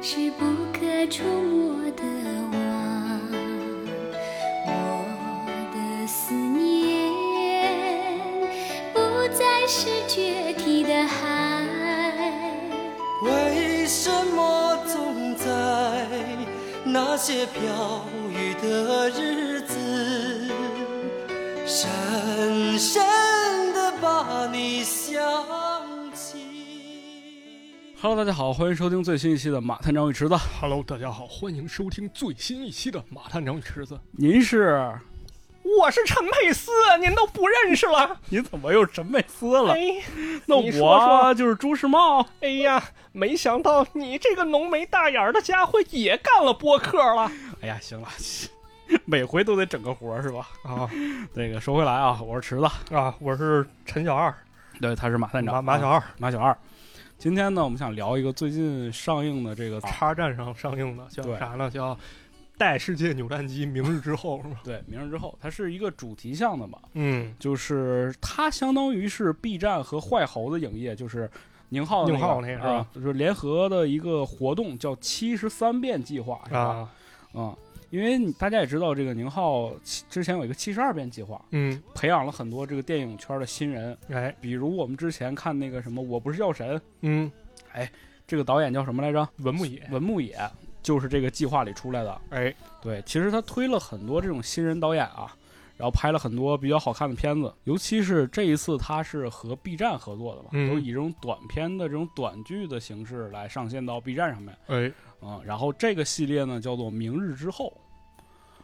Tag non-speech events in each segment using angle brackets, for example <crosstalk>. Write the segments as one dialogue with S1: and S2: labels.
S1: 是不可触摸的网，我的思念不再是决堤的海，
S2: 为什么总在那些飘雨的日子，深深的把你想起？
S3: Hello，大家好，欢迎收听最新一期的《马探长与池子》，
S4: Hello，大家好，欢迎收听最新一期的《马探长与池子》。
S3: 您是？
S4: 我是陈佩斯，您都不认识了？
S3: 你怎么又陈佩斯了？
S4: 哎，
S3: 那
S4: 你说
S3: 我
S4: 说
S3: 就是朱时茂。
S4: 哎呀，没想到你这个浓眉大眼儿的家伙也干了播客了
S3: 哎呀，行了， <laughs> 每回都得整个活儿是吧？
S4: 啊
S3: 这个说回来啊，我是池子，
S4: 啊！我是陈小二，
S3: 对，他是马探长，
S4: 马马小
S3: 啊
S4: 二，
S3: 马小二。今天呢，我们想聊一个最近上映的这个，
S4: 叉站上上映的叫
S3: 对
S4: 啥呢？叫《待世界扭蛋机明日之后》是吧？
S3: 对，《明日之后》，它是一个主题向的嘛，
S4: 嗯，
S3: 就是它相当于是 B 站和坏猴子影业，就是宁浩的
S4: 宁浩那个
S3: 个
S4: 是吧
S3: 啊，就是联合的一个活动，叫“七十三变计划”是吧？
S4: 啊，
S3: 啊，因为你大家也知道，这个宁浩其之前有一个“七十二变计划
S4: 嗯，”，
S3: 培养了很多这个电影圈的新人，
S4: 哎，
S3: 比如我们之前看那个什么《我不是药神》，
S4: 嗯，
S3: 这个导演叫什么来着？
S4: 文牧野，
S3: 文牧野，就是这个计划里出来的。
S4: 哎，
S3: 对，其实他推了很多这种新人导演啊，然后拍了很多比较好看的片子，尤其是这一次他是和 B 站合作的嘛，
S4: 嗯
S3: 都以这种短片的这种短剧的形式来上线到 B 站上面
S4: 哎，
S3: 啊、然后这个系列呢叫做《明日之后》，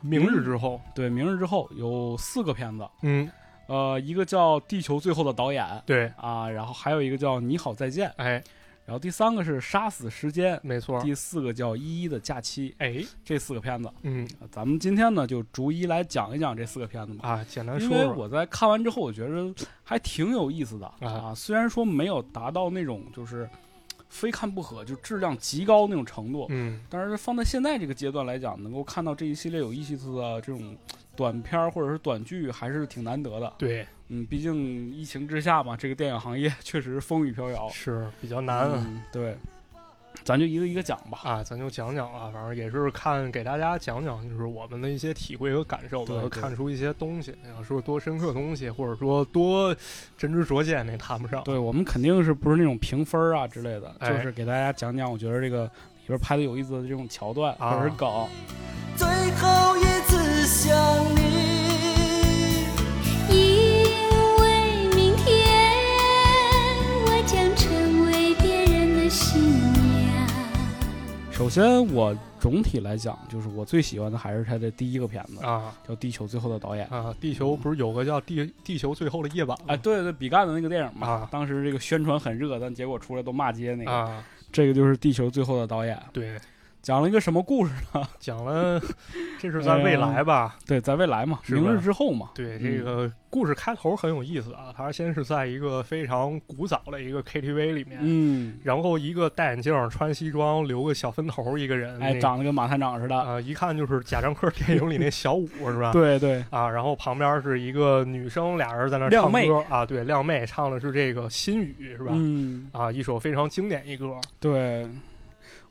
S4: 明日之后，
S3: 对，《明日之后》有四个片子，
S4: 嗯，
S3: 呃，一个叫《地球最后的导演》
S4: 对，
S3: 啊，然后还有一个叫《你好再见》，
S4: 哎，
S3: 然后第三个是《杀死时间》。
S4: 没错，
S3: 第四个叫《一一的假期》，
S4: 哎，
S3: 这四个片子，
S4: 嗯
S3: 呃咱们今天呢就逐一来讲一讲这四个片子吧。
S4: 啊，简单
S3: 因
S4: 说
S3: 为
S4: 说，
S3: 我在看完之后，我觉得还挺有意思的
S4: 啊
S3: 啊。虽然说没有达到那种就是非看不可，就质量极高那种程度，
S4: 嗯，
S3: 但是放在现在这个阶段来讲，能够看到这一系列有意思的这种短片儿或者是短剧，还是挺难得的。
S4: 对，
S3: 嗯，毕竟疫情之下嘛，这个电影行业 <laughs> 确实风雨飘摇。
S4: 是比较难啊
S3: 哦嗯，对，咱就一个一个讲吧。
S4: 啊，咱就讲讲啊，反正也是看给大家讲讲，就是我们的一些体会和感受吧，
S3: 对对
S4: 看出一些东西，要说多深刻的东西，或者说多真知灼见，那谈不上。
S3: 对我们肯定是不是那种评分儿啊之类的，
S4: 哎
S3: 就是给大家讲讲，我觉得这个里边拍的有意思的这种桥段
S4: 啊
S3: 或者是梗。
S2: 最后一次想你，
S1: 因为明天我将成为别人的新娘。
S3: 首先，我总体来讲，就是我最喜欢的还是他的第一个片子，
S4: 啊
S3: 叫《地球最后的导演》。
S4: 啊，地球不是有个叫地《地球最后的夜晚》
S3: 哎，
S4: 吗？
S3: 对对，比干的那个电影嘛，
S4: 啊
S3: 当时这个宣传很热，但结果出来都骂街那个。
S4: 啊，
S3: 这个就是《地球最后的导演》，
S4: 对，
S3: 讲了一个什么故事？
S4: 讲
S3: <laughs>
S4: 了，这是在未来吧？
S3: 对，在未来嘛，
S4: 是吧
S3: 明日之后嘛。
S4: 对，这
S3: 嗯
S4: 个故事开头很有意思啊，它先是在一个非常古早的一个 KTV 里面。
S3: 嗯，
S4: 然后一个戴眼镜、穿西装、留个小分头儿一个人，
S3: 哎，
S4: 那
S3: 长得跟马探长似的。
S4: 啊、一看就是贾樟柯电影里那小五是吧？
S3: 对对，
S4: 啊，然后旁边是一个女生，俩人在那儿
S3: 靓
S4: 唱
S3: 妹
S4: 歌啊，对，靓妹唱的是这个《心语》是吧？
S3: 嗯，
S4: 啊，一首非常经典一歌，
S3: 对，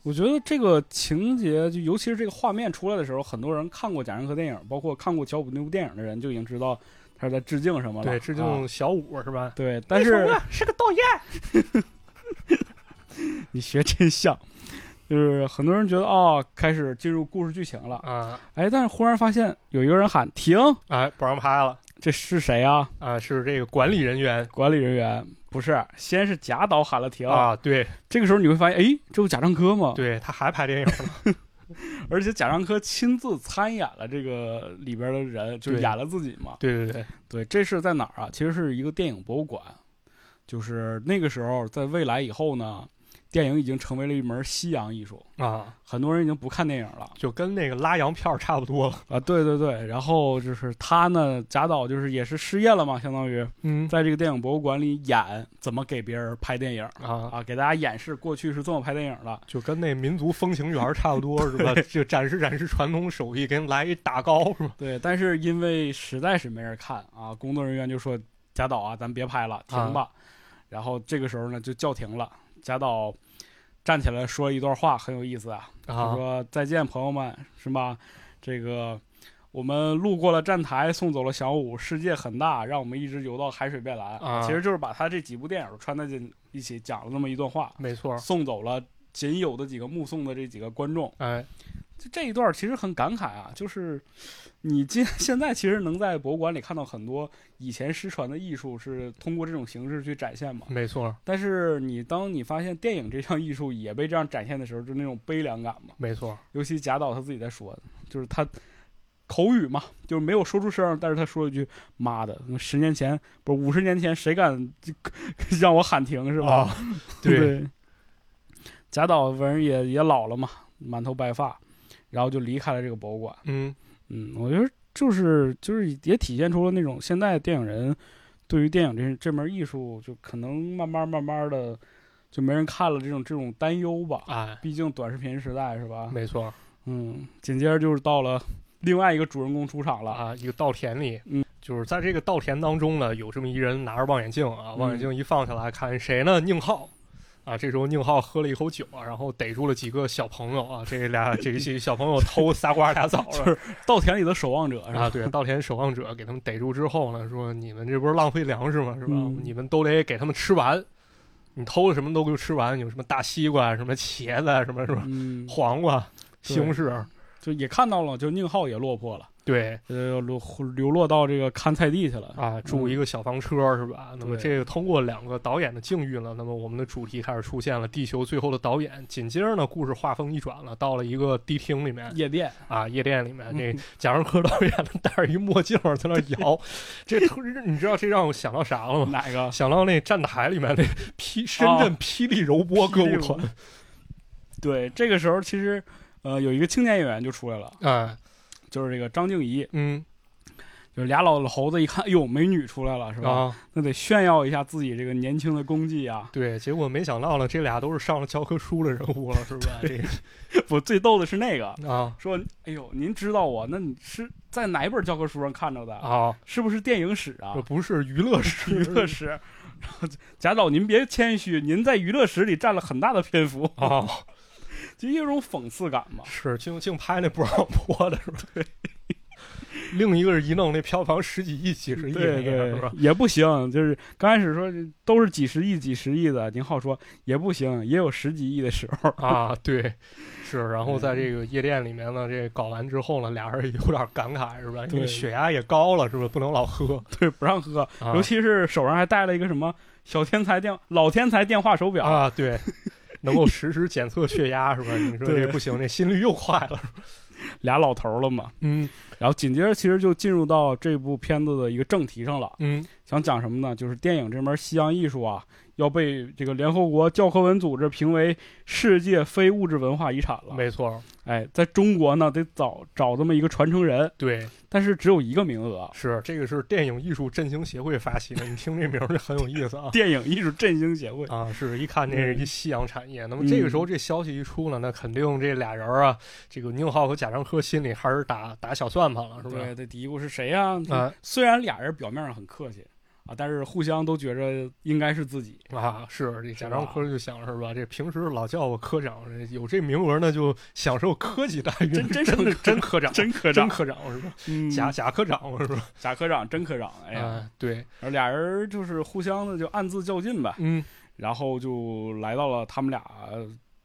S3: 我觉得这个情节，就尤其是这个画面出来的时候，很多人看过贾樟柯电影，包括看过小五那部电影的人，就已经知道他是在致敬什么了。
S4: 对，致
S3: 啊
S4: 敬小五、是吧？
S3: 对，但是
S4: 是个导演，
S3: <laughs> 你学真像，就是很多人觉得哦，开始进入故事剧情了，
S4: 啊，
S3: 哎，但是忽然发现有一个人喊停，
S4: 哎，不让拍了
S3: 这是谁啊？
S4: 啊，是这个管理人员
S3: 管理人员不是，先是贾导喊了停，
S4: 啊，对
S3: 这个时候你会发现，哎，这不贾樟柯吗？
S4: 对，他还拍电影呢，
S3: 而且贾樟柯亲自参演了这个里边的人，就是
S4: 对
S3: 演了自己嘛。
S4: 对对对，
S3: 对，这是在哪儿啊？其实是一个电影博物馆，就是那个时候，在未来以后呢，电影已经成为了一门西洋艺术，
S4: 啊，
S3: 很多人已经不看电影了
S4: 就跟那个拉洋票差不多了，
S3: 啊。对对对，然后就是他呢，贾导就是也是失业了嘛，相当于
S4: 嗯
S3: 在这个电影博物馆里演怎么给别人拍电影
S4: 啊。
S3: 啊，给大家演示过去是这么拍电影的。
S4: 就跟那民族风情园儿差不多是 <laughs> 吧？就展示展示传统手艺，给你来一打高是吧？
S3: 对，但是因为实在是没人看啊，工作人员就说贾
S4: 啊
S3: 导啊，咱别拍了，停吧。然后这个时候呢，就叫停了。贾导站起来说一段话，很有意思啊。他
S4: 啊，
S3: 说：“再见，朋友们，是吧？这个我们路过了站台，送走了小五，世界很大，让我们一直游到海水变蓝。
S4: 啊
S3: 其实就是把他这几部电影穿在进一起讲了那么一段话，
S4: 没错，
S3: 送走了仅有的几个目送的这几个观众。
S4: 哎，
S3: 就这一段其实很感慨啊，就是你今 <laughs> 现在其实能在博物馆里看到很多以前失传的艺术是通过这种形式去展现嘛。
S4: 没错，
S3: 但是你当你发现电影这项艺术也被这样展现的时候，就那种悲凉感嘛。
S4: 没错，
S3: 尤其贾导他自己在说，就是他口语嘛，就是没有说出声，但是他说了一句“妈的”，十年前不是五十年前，谁敢 <laughs> 让我喊停是吧？
S4: 啊 <laughs>
S3: <laughs>
S4: 对，
S3: 贾导反正也也老了嘛，满头白发，然后就离开了这个博物馆。
S4: 嗯，
S3: 嗯，我觉得就是就是也体现出了那种现代电影人对于电影这这门艺术，就可能慢慢慢慢的就没人看了这种这种担忧吧。
S4: 哎，
S3: 毕竟短视频时代是吧？
S4: 没错
S3: 嗯，紧接着就是到了另外一个主人公出场了，
S4: 啊，一个稻田里，
S3: 嗯，
S4: 就是在这个稻田当中呢，有这么一人拿着望远镜啊，
S3: 嗯
S4: 望远镜一放下来，看谁呢？宁浩。啊，这时候宁浩喝了一口酒啊，然后逮住了几个小朋友啊，这俩这一些小朋友偷仨瓜俩枣啊
S3: 就
S4: 了，
S3: 是稻田里的守望者是吧？
S4: 啊，对，稻田守望者给他们逮住之后呢，说你们这不是浪费粮食吗？是吧？
S3: 嗯
S4: 你们都得给他们吃完，你偷了什么都给我吃完，有什么大西瓜、啊什么茄子、什么什么
S3: <laughs> 嗯，
S4: 黄瓜、
S3: 对
S4: 西红柿，
S3: 就也看到了，就宁浩也落魄了，
S4: 对
S3: 呃，流流落到这个看菜地去了。
S4: 啊，住一个小房车、是吧？那
S3: 嗯
S4: 么
S3: 对
S4: 这个通过两个导演的境遇呢，那么我们的主题开始出现了，地球最后的导演。紧接着呢，故事画风一转了，到了一个迪厅里面
S3: 夜店，
S4: 啊，夜店里面，这
S3: 嗯
S4: 贾樟柯导演戴着一墨镜儿在那儿
S3: <laughs>
S4: 摇，这特你知道这让我想到啥了吗？
S3: 哪
S4: <laughs>
S3: 个？
S4: 想到那站台里面那霹深圳霹雳柔波歌舞团，
S3: 对，这个时候其实，呃，有一个青年演员就出来了，
S4: 啊，
S3: 就是这个张静怡，
S4: 嗯
S3: 就是俩老猴子一看，哎呦，美女出来了是吧？
S4: 啊，
S3: 那得炫耀一下自己这个年轻的功绩
S4: <laughs>
S3: 啊！
S4: 对，结果没想到呢，这俩都是上了教科书的人物了，是吧？这个
S3: 我最逗的是那个。
S4: 啊
S3: 说，哎呦，您知道我？那你是在哪本教科书上看着的？
S4: 啊，哦
S3: 是不是电影史啊
S4: 这？不是娱乐室，
S3: 娱乐室。然后 <laughs> 贾导，您别谦虚，您在娱乐室里占了很大的篇幅，
S4: 啊，
S3: <laughs> 就有一种讽刺感嘛。
S4: 是净净拍那不让播的是吧？ <laughs> 对。另一个是一弄那票房十几亿、几十亿那个 <laughs> 是吧？
S3: 也不行，就是刚开始说都是几十亿、几十亿的，宁浩说也不行，也有十几亿的时候。 <laughs>
S4: 啊，对，是。然后在这个夜店里面呢，这搞完之后呢，俩人也有点感慨是吧？因为
S3: 对
S4: 血压也高了是吧？不能老喝，
S3: 对，不让喝，
S4: 啊
S3: 尤其是手上还带了一个什么小天才电、老天才电话手表。
S4: 啊，对，能够实时检测血压是吧？你说
S3: 对
S4: 这不行，这心率又快了。
S3: 俩老头儿了嘛。
S4: 嗯
S3: 然后紧接着，其实就进入到这部片子的一个正题上了。
S4: 嗯，
S3: 想讲什么呢？就是电影这门西洋艺术啊，要被这个联合国教科文组织评为世界非物质文化遗产了。
S4: 没错，
S3: 哎，在中国呢，得找找这么一个传承人，
S4: 对，
S3: 但是只有一个名额。
S4: 是这个是电影艺术振兴协会发起的，你听这名儿就很有意思啊。
S3: 电影艺术振兴协会，
S4: 啊，是一看这是
S3: 嗯
S4: 一西洋产业。那么这个时候，这消息一出呢，那肯定这俩人儿啊，这个宁浩和贾樟柯心里还是打打小算盘了，是
S3: 对，
S4: 吧？
S3: 这嘀咕是谁呀、
S4: 啊
S3: 虽然俩人表面上很客气啊，但是互相都觉着应该是自己。
S4: 啊，是这贾
S3: 吧
S4: 樟柯就想是吧？这平时老叫我科长，这有这名额呢，就享受科级待遇，
S3: 真真
S4: 真
S3: 是
S4: 的真科长，
S3: 真科
S4: 真
S3: 长，
S4: 科长是吧？
S3: 嗯
S4: 贾贾科长是吧？
S3: 贾科长，真科长，哎呀，
S4: 啊，对，
S3: 而俩人就是互相的就暗自较劲呗，
S4: 嗯，
S3: 然后就来到了他们俩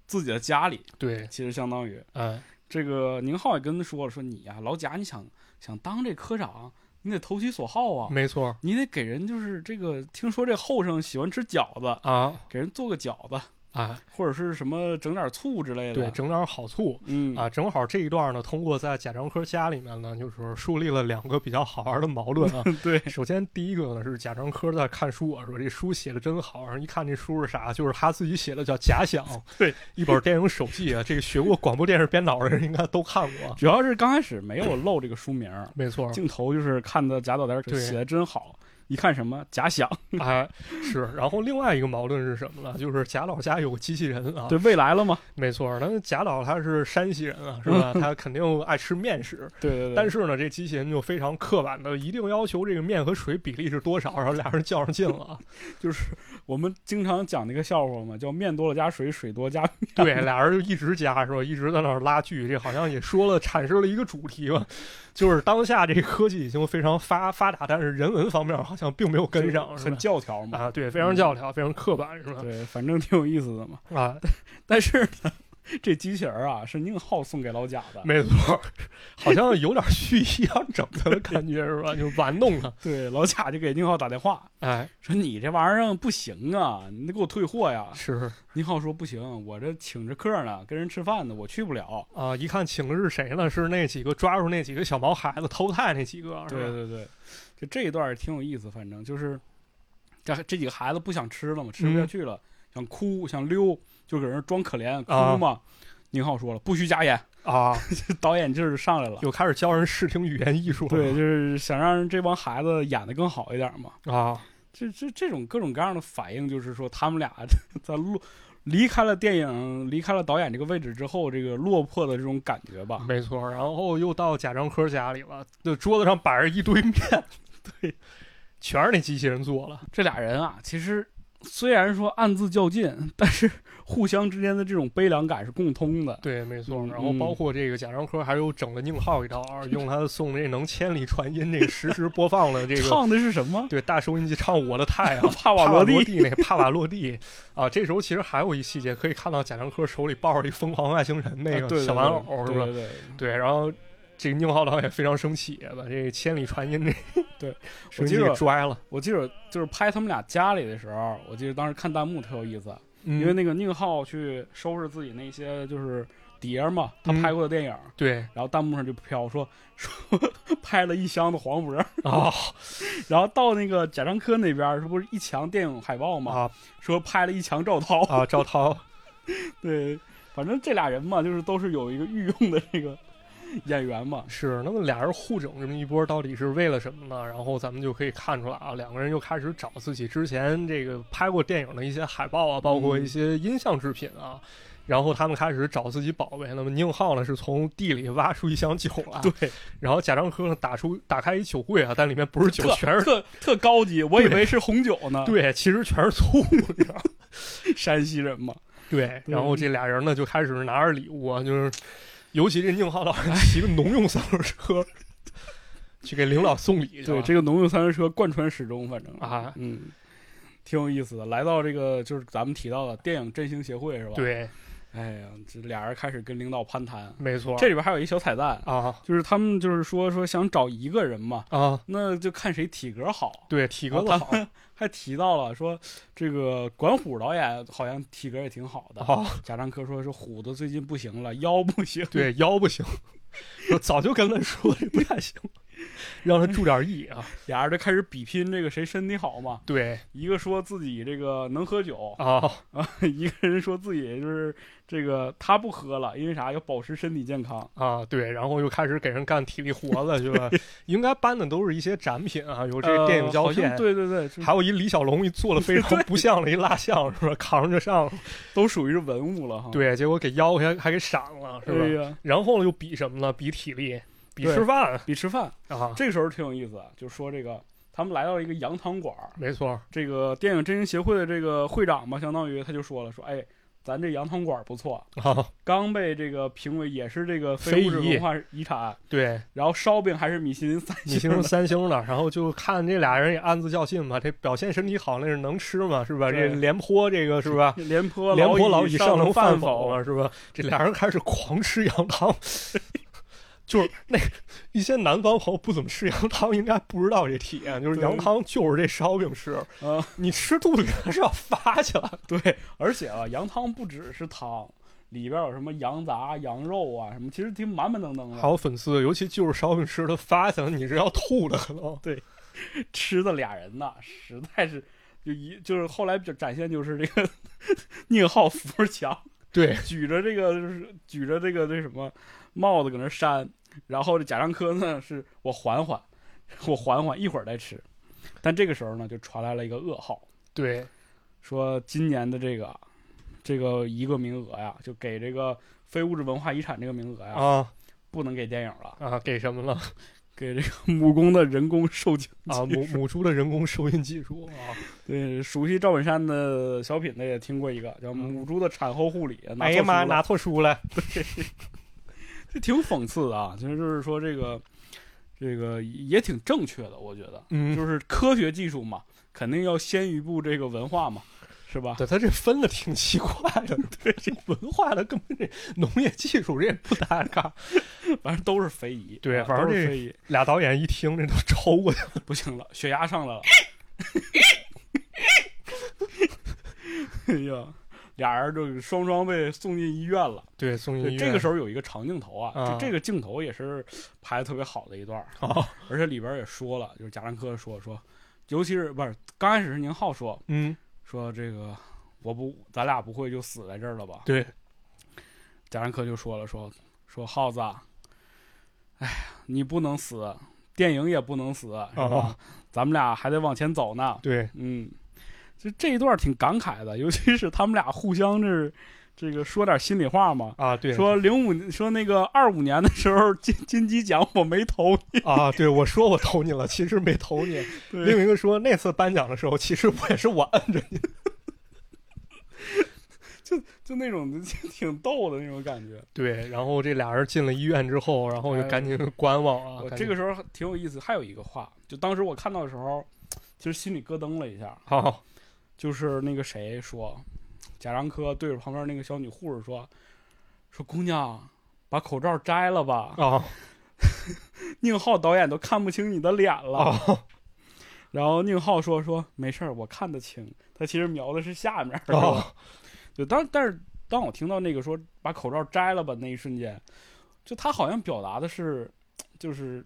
S3: 自己的家里，
S4: 对，
S3: 其实相当于
S4: 哎，
S3: 这个宁浩也跟他说了，说你呀、老贾，你想想当这科长，你得投其所好啊，
S4: 没错
S3: 你得给人就是这个，听说这后生喜欢吃饺子，
S4: 啊
S3: 给人做个饺子，
S4: 啊，
S3: 或者是什么整点醋之类的。
S4: 对，整点好醋。
S3: 嗯
S4: 啊，正好这一段呢，通过在贾樟柯家里面呢，就是树立了两个比较好玩的矛盾啊。
S3: <laughs> 对，
S4: 首先第一个呢是贾樟柯在看书啊，说这书写的真好，然后一看这书是啥，就是他自己写的，叫《假想》，
S3: <laughs> 对，
S4: 一本电影手记啊，这个学过广播电视编导的人应该都看
S3: <laughs>
S4: 过。
S3: 主要是刚开始没有露这个书名儿，
S4: 没错，
S3: 镜头就是看到贾导在这
S4: 嗯对
S3: 写的真好，一看什么假想，
S4: 哎，是。然后另外一个矛盾是什么呢？就是贾老家有个机器人啊，
S3: 对未来
S4: <laughs>
S3: 了吗？
S4: 没错。那贾老他是山西人啊，
S3: <laughs>
S4: 是吧？他肯定爱吃面食，
S3: 对对对，
S4: 但是呢，这机器人就非常刻板的，一定要求这个面和水比例是多少，然后俩人较上劲了
S3: <laughs>
S4: 啊。
S3: 就是我们经常讲那个笑话嘛，叫面多了加水，水多加 <laughs>
S4: 对，俩人就一直加是吧？一直在那儿拉锯，这好像也说了，阐释了一个主题吧，就是当下这个科技已经非常发发达，但是人文方面好像并没有跟上，是
S3: 很
S4: 吧？
S3: 教条嘛。
S4: 啊，对，非常教条，非常刻板，是吧？
S3: 对，反正挺有意思的
S4: <laughs>
S3: 嘛。
S4: 啊，
S3: 但是呢，这机器人儿啊是宁浩送给老贾的，
S4: 没错， <laughs> 好像有点蓄意要整他的感觉，是吧？就玩弄他，
S3: 对，老贾就给宁浩打电话
S4: 哎，
S3: 说你这玩意儿不行啊，你得给我退货呀。
S4: 是
S3: 宁浩说不行，我这请着客呢，跟人吃饭呢，我去不了。
S4: 啊，一看请的是谁呢？是那几个抓住那几个小毛孩子偷菜那几个，是吧
S3: 对对对，就这一段儿挺有意思，反正就是这这几个孩子不想吃了嘛，吃不下
S4: 嗯
S3: 去了，想哭想溜，就搁那儿装可怜
S4: 啊
S3: 哭嘛。宁浩说了，不许假演，
S4: 啊，
S3: 导演劲儿就上来了。
S4: 又开始教人视听语言艺术了，
S3: 对，就是想让这帮孩子演的更好一点嘛。
S4: 啊，
S3: 这这这种各种各样的反应，就是说他们俩 <laughs> 在落离开了电影、离开了导演这个位置之后，这个落魄的这种感觉吧。
S4: 没错，然后又到贾樟柯家里了，就桌子上摆着一堆 <laughs> 面，对，全是那机器人做了。
S3: 这俩人啊，其实虽然说暗自较劲，但是互相之间的这种悲凉感是共通的。
S4: 对，没错。
S3: 嗯
S4: 然后包括这个贾樟柯还有整了宁浩一 <laughs> 刀，用他送这能千里传音这个实时播放了这个。
S3: 唱的是什么？
S4: 对，大收音机唱《我的太 <laughs> 阳》，
S3: 帕瓦
S4: 帕
S3: 罗
S4: 瓦
S3: 蒂
S4: 蒂那个帕瓦罗蒂啊，这时候其实还有一细节可以看到贾樟柯手里抱着一疯狂外星人那
S3: 啊对
S4: 个小玩偶，是
S3: 对
S4: 吧？
S3: 对对，
S4: 对，然后这个宁浩导演非常生气，把这千里传音这
S3: 对
S4: 手机
S3: 我记
S4: 给
S3: 得
S4: 拽了，
S3: 我记得就是拍他们俩家里的时候，我记得当时看弹幕特有意思，因
S4: 因
S3: 为那个宁浩去收拾自己那些就是碟儿嘛，他
S4: 嗯
S3: 拍过的电影，
S4: 对
S3: 然后弹幕上就飘说说 <laughs> 拍了一箱子黄渤，
S4: 啊
S3: <laughs> 然后到那个贾樟柯那边儿，这不是一墙电影海报嘛，
S4: 啊
S3: 说拍了一墙赵涛，
S4: 啊！赵涛，
S3: <laughs> 对，反正这俩人嘛，就是都是有一个御用的这个演员嘛，
S4: 是，那么俩人互整这么一波，到底是为了什么呢？然后咱们就可以看出来啊，两个人又开始找自己之前这个拍过电影的一些海报啊，包
S3: 嗯
S4: 括一些音像制品啊。然后他们开始找自己宝贝，那么宁浩呢是从地里挖出一箱酒来，
S3: 对，
S4: 然后贾樟柯呢打出打开一酒柜啊，但里面不是酒，
S3: 特
S4: 全是
S3: 特特高级，我以
S4: 对
S3: 为是红酒呢，
S4: 对，其实全是醋， <laughs> 你知道吗
S3: 山西人嘛，
S4: 对，
S3: 对
S4: 然后这俩人呢就开始拿着礼物啊，就是尤其这宁浩老
S3: 哎
S4: 师骑个农用 <laughs> 三
S3: <laughs>
S4: 轮车去给领导送礼去了，
S3: 对，这个农用三轮车贯穿始终，反正
S4: 啊
S3: 嗯，挺有意思的。来到这个就是咱们提到的电影振兴协会是吧？，
S4: 对，
S3: 哎呀，这俩人开始跟领导攀谈，
S4: 没错，
S3: 这里边还有一小彩蛋，
S4: 啊
S3: 就是他们就是说说想找一个人嘛，
S4: 啊，
S3: 那就看谁体格好。
S4: 对，体格子
S3: 啊
S4: 好 <laughs>
S3: 还提到了说这个管虎导演好像体格也挺好的。
S4: 啊，
S3: 贾樟柯说说虎子最近不行了，腰不行。
S4: 对，腰不行， <laughs> 我早就跟他说这不太行，让他注点意啊，
S3: <laughs> 俩人就开始比拼这个谁身体好嘛。
S4: 对
S3: 一个说自己这个能喝酒，
S4: 啊，
S3: 一个人说自己就是这个他不喝了，因为啥要保持身体健康。
S4: 啊，对，然后又开始给人干体力活了，是吧？应该搬的都是一些展品啊，有这
S3: 呃
S4: 电影胶
S3: 好像
S4: 片。
S3: 对对对，就是
S4: 还有一李小龙，一做的非常不像的一蜡像，是吧？扛着上，
S3: 都属于是文物了哈。，哎
S4: 对，结果给腰还还给闪了，是吧？
S3: 哦呀，
S4: 然后呢，又比什么呢？比体力，比
S3: 对
S4: 吃饭
S3: 比吃饭
S4: 啊，
S3: 这个时候挺有意思啊，就说这个他们来到一个洋汤馆儿，
S4: 没错，
S3: 这个电影振兴协会的这个会长嘛，相当于他就说了，说哎，咱这洋汤馆儿不错，
S4: 啊，
S3: 刚被这个评为也是这个非物质
S4: 非遗
S3: 文化遗产，
S4: 对，
S3: 然后烧饼还是米其林三
S4: 米
S3: 星
S4: 星
S3: 的，
S4: 三星的，然后就看这俩人也暗自较劲嘛，这表现身体好那是能吃嘛，是吧？这
S3: 对
S4: 廉颇这个是吧？
S3: 廉颇
S4: 廉颇老
S3: 已
S4: 矣
S3: 上
S4: 能
S3: 饭
S4: 否
S3: 否？
S4: 了，是吧？这俩人开始狂吃羊
S3: <laughs>
S4: 汤，就是那一些南方朋友不怎么吃羊汤，应该不知道这体验，就是
S3: 对
S4: 羊汤就是这烧饼吃，
S3: 啊，
S4: 你吃肚子里还是要发起来。
S3: 对，而且啊，羊汤不只是汤，里边有什么羊杂、羊肉啊什么，其实挺满满当当
S4: <laughs> 还
S3: 的。
S4: 有粉丝，尤其就是烧饼吃的发起来，你是要吐的可能。
S3: 吃的俩人呐，实在是就一就是后来就展现就是这个 <laughs> 宁浩扶着墙。
S4: 对，
S3: 举着这个就是举着这个那什么帽子搁那扇，然后这贾樟柯呢是我缓缓，我缓缓一会儿再吃，但这个时候呢，就传来了一个噩耗，
S4: 对，
S3: 说今年的这个这个一个名额呀，就给这个非物质文化遗产这个名额呀，
S4: 啊
S3: 不能给电影了，
S4: 啊，给什么了？
S3: 给这个 <laughs> 木工的人工授奖
S4: <laughs> 啊，母母猪的人工收音技术啊，
S3: 对，熟悉赵本山的小品的也听过一个叫“母猪的产后护理”，拿
S4: 嗯哎
S3: 错
S4: 呀妈，
S3: 书了
S4: 拿错书了，
S3: 这挺讽刺的啊。其实就是说这个这个也挺正确的，我觉得，
S4: 嗯，
S3: 就是科学技术嘛，肯定要先于步这个文化嘛，是吧？
S4: 对他这分的挺奇怪的，对这文化的根本这农业技术这也不搭嘎。
S3: 反正都是非遗，
S4: 对
S3: 啊
S4: 反正
S3: 都是
S4: 这
S3: 非遗，
S4: 俩导演一听这都抽过去了，
S3: 不行了，血压上来了。 <laughs> 哎呀，俩人就双双被送进医院了。
S4: 对，送进
S3: 对，
S4: 医院。
S3: 这个时候有一个长镜头啊，
S4: 啊
S3: 就这个镜头也是拍的特别好的一段儿，
S4: 候，哦、
S3: 而且里边也说了，就是贾樟柯说说，尤其是不是刚开始是宁浩说
S4: 嗯，
S3: 说这个我不咱俩不会就死在这儿了吧？
S4: 对，
S3: 贾樟柯就说了说说耗子啊，哎呀，你不能死，电影也不能死，是吧？
S4: 啊
S3: 咱们俩还得往前走呢。
S4: 对，
S3: 嗯，就这一段挺感慨的，尤其是他们俩互相是这个说点心里话嘛。
S4: 啊，对，
S3: 说零五说那个二五年的时候金金鸡奖我没投，
S4: 啊，对我说我投你了，其实没投你。
S3: 对
S4: 另一个说那次颁奖的时候，其实我也是我摁着你。
S3: <laughs> 就那种挺逗的那种感觉。
S4: <laughs> 对，然后这俩人进了医院之后，然后就赶紧观望啊
S3: 我，
S4: 赶
S3: 这
S4: 紧
S3: 个时候挺有意思，还有一个话，就当时我看到的时候，其实心里咯噔了一下，
S4: 好
S3: 就是那个谁说，贾樟柯对着旁边那个小女护士说，说姑娘。把口罩摘了吧， <laughs>
S4: <laughs> 啊
S3: 宁浩导演都看不清你的脸了。
S4: 啊
S3: 然后宁浩说说没事儿，我看得清。他其实瞄的是下面，是 <laughs> 吧？
S4: 啊！
S3: 对，当但是当我听到那个说把口罩摘了吧那一瞬间，就他好像表达的是，就是